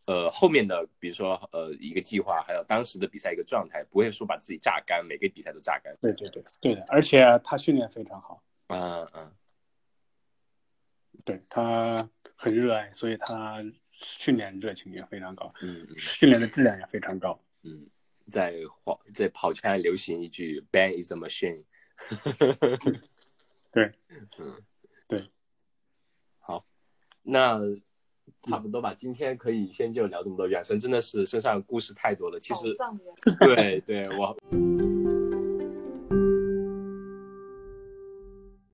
Speaker 1: 呃，后面的比如说呃一个计划，还有当时的比赛一个状态，不会说把自己榨干，每个比赛都榨干。
Speaker 3: 对对对，对的，而且他训练非常好，
Speaker 1: 嗯嗯
Speaker 3: 对他很热爱，所以他训练热情也非常高，
Speaker 1: 嗯嗯
Speaker 3: 训练的质量也非常高。
Speaker 1: 嗯，在跑在跑圈还流行一句 “ban is a machine”。
Speaker 3: <laughs> 对，
Speaker 1: 嗯，
Speaker 3: 对。嗯
Speaker 1: 好，那差不多吧。今天可以先就聊这么多。远生真的是身上故事太多了，其实
Speaker 2: 宝藏园。
Speaker 1: 对对，我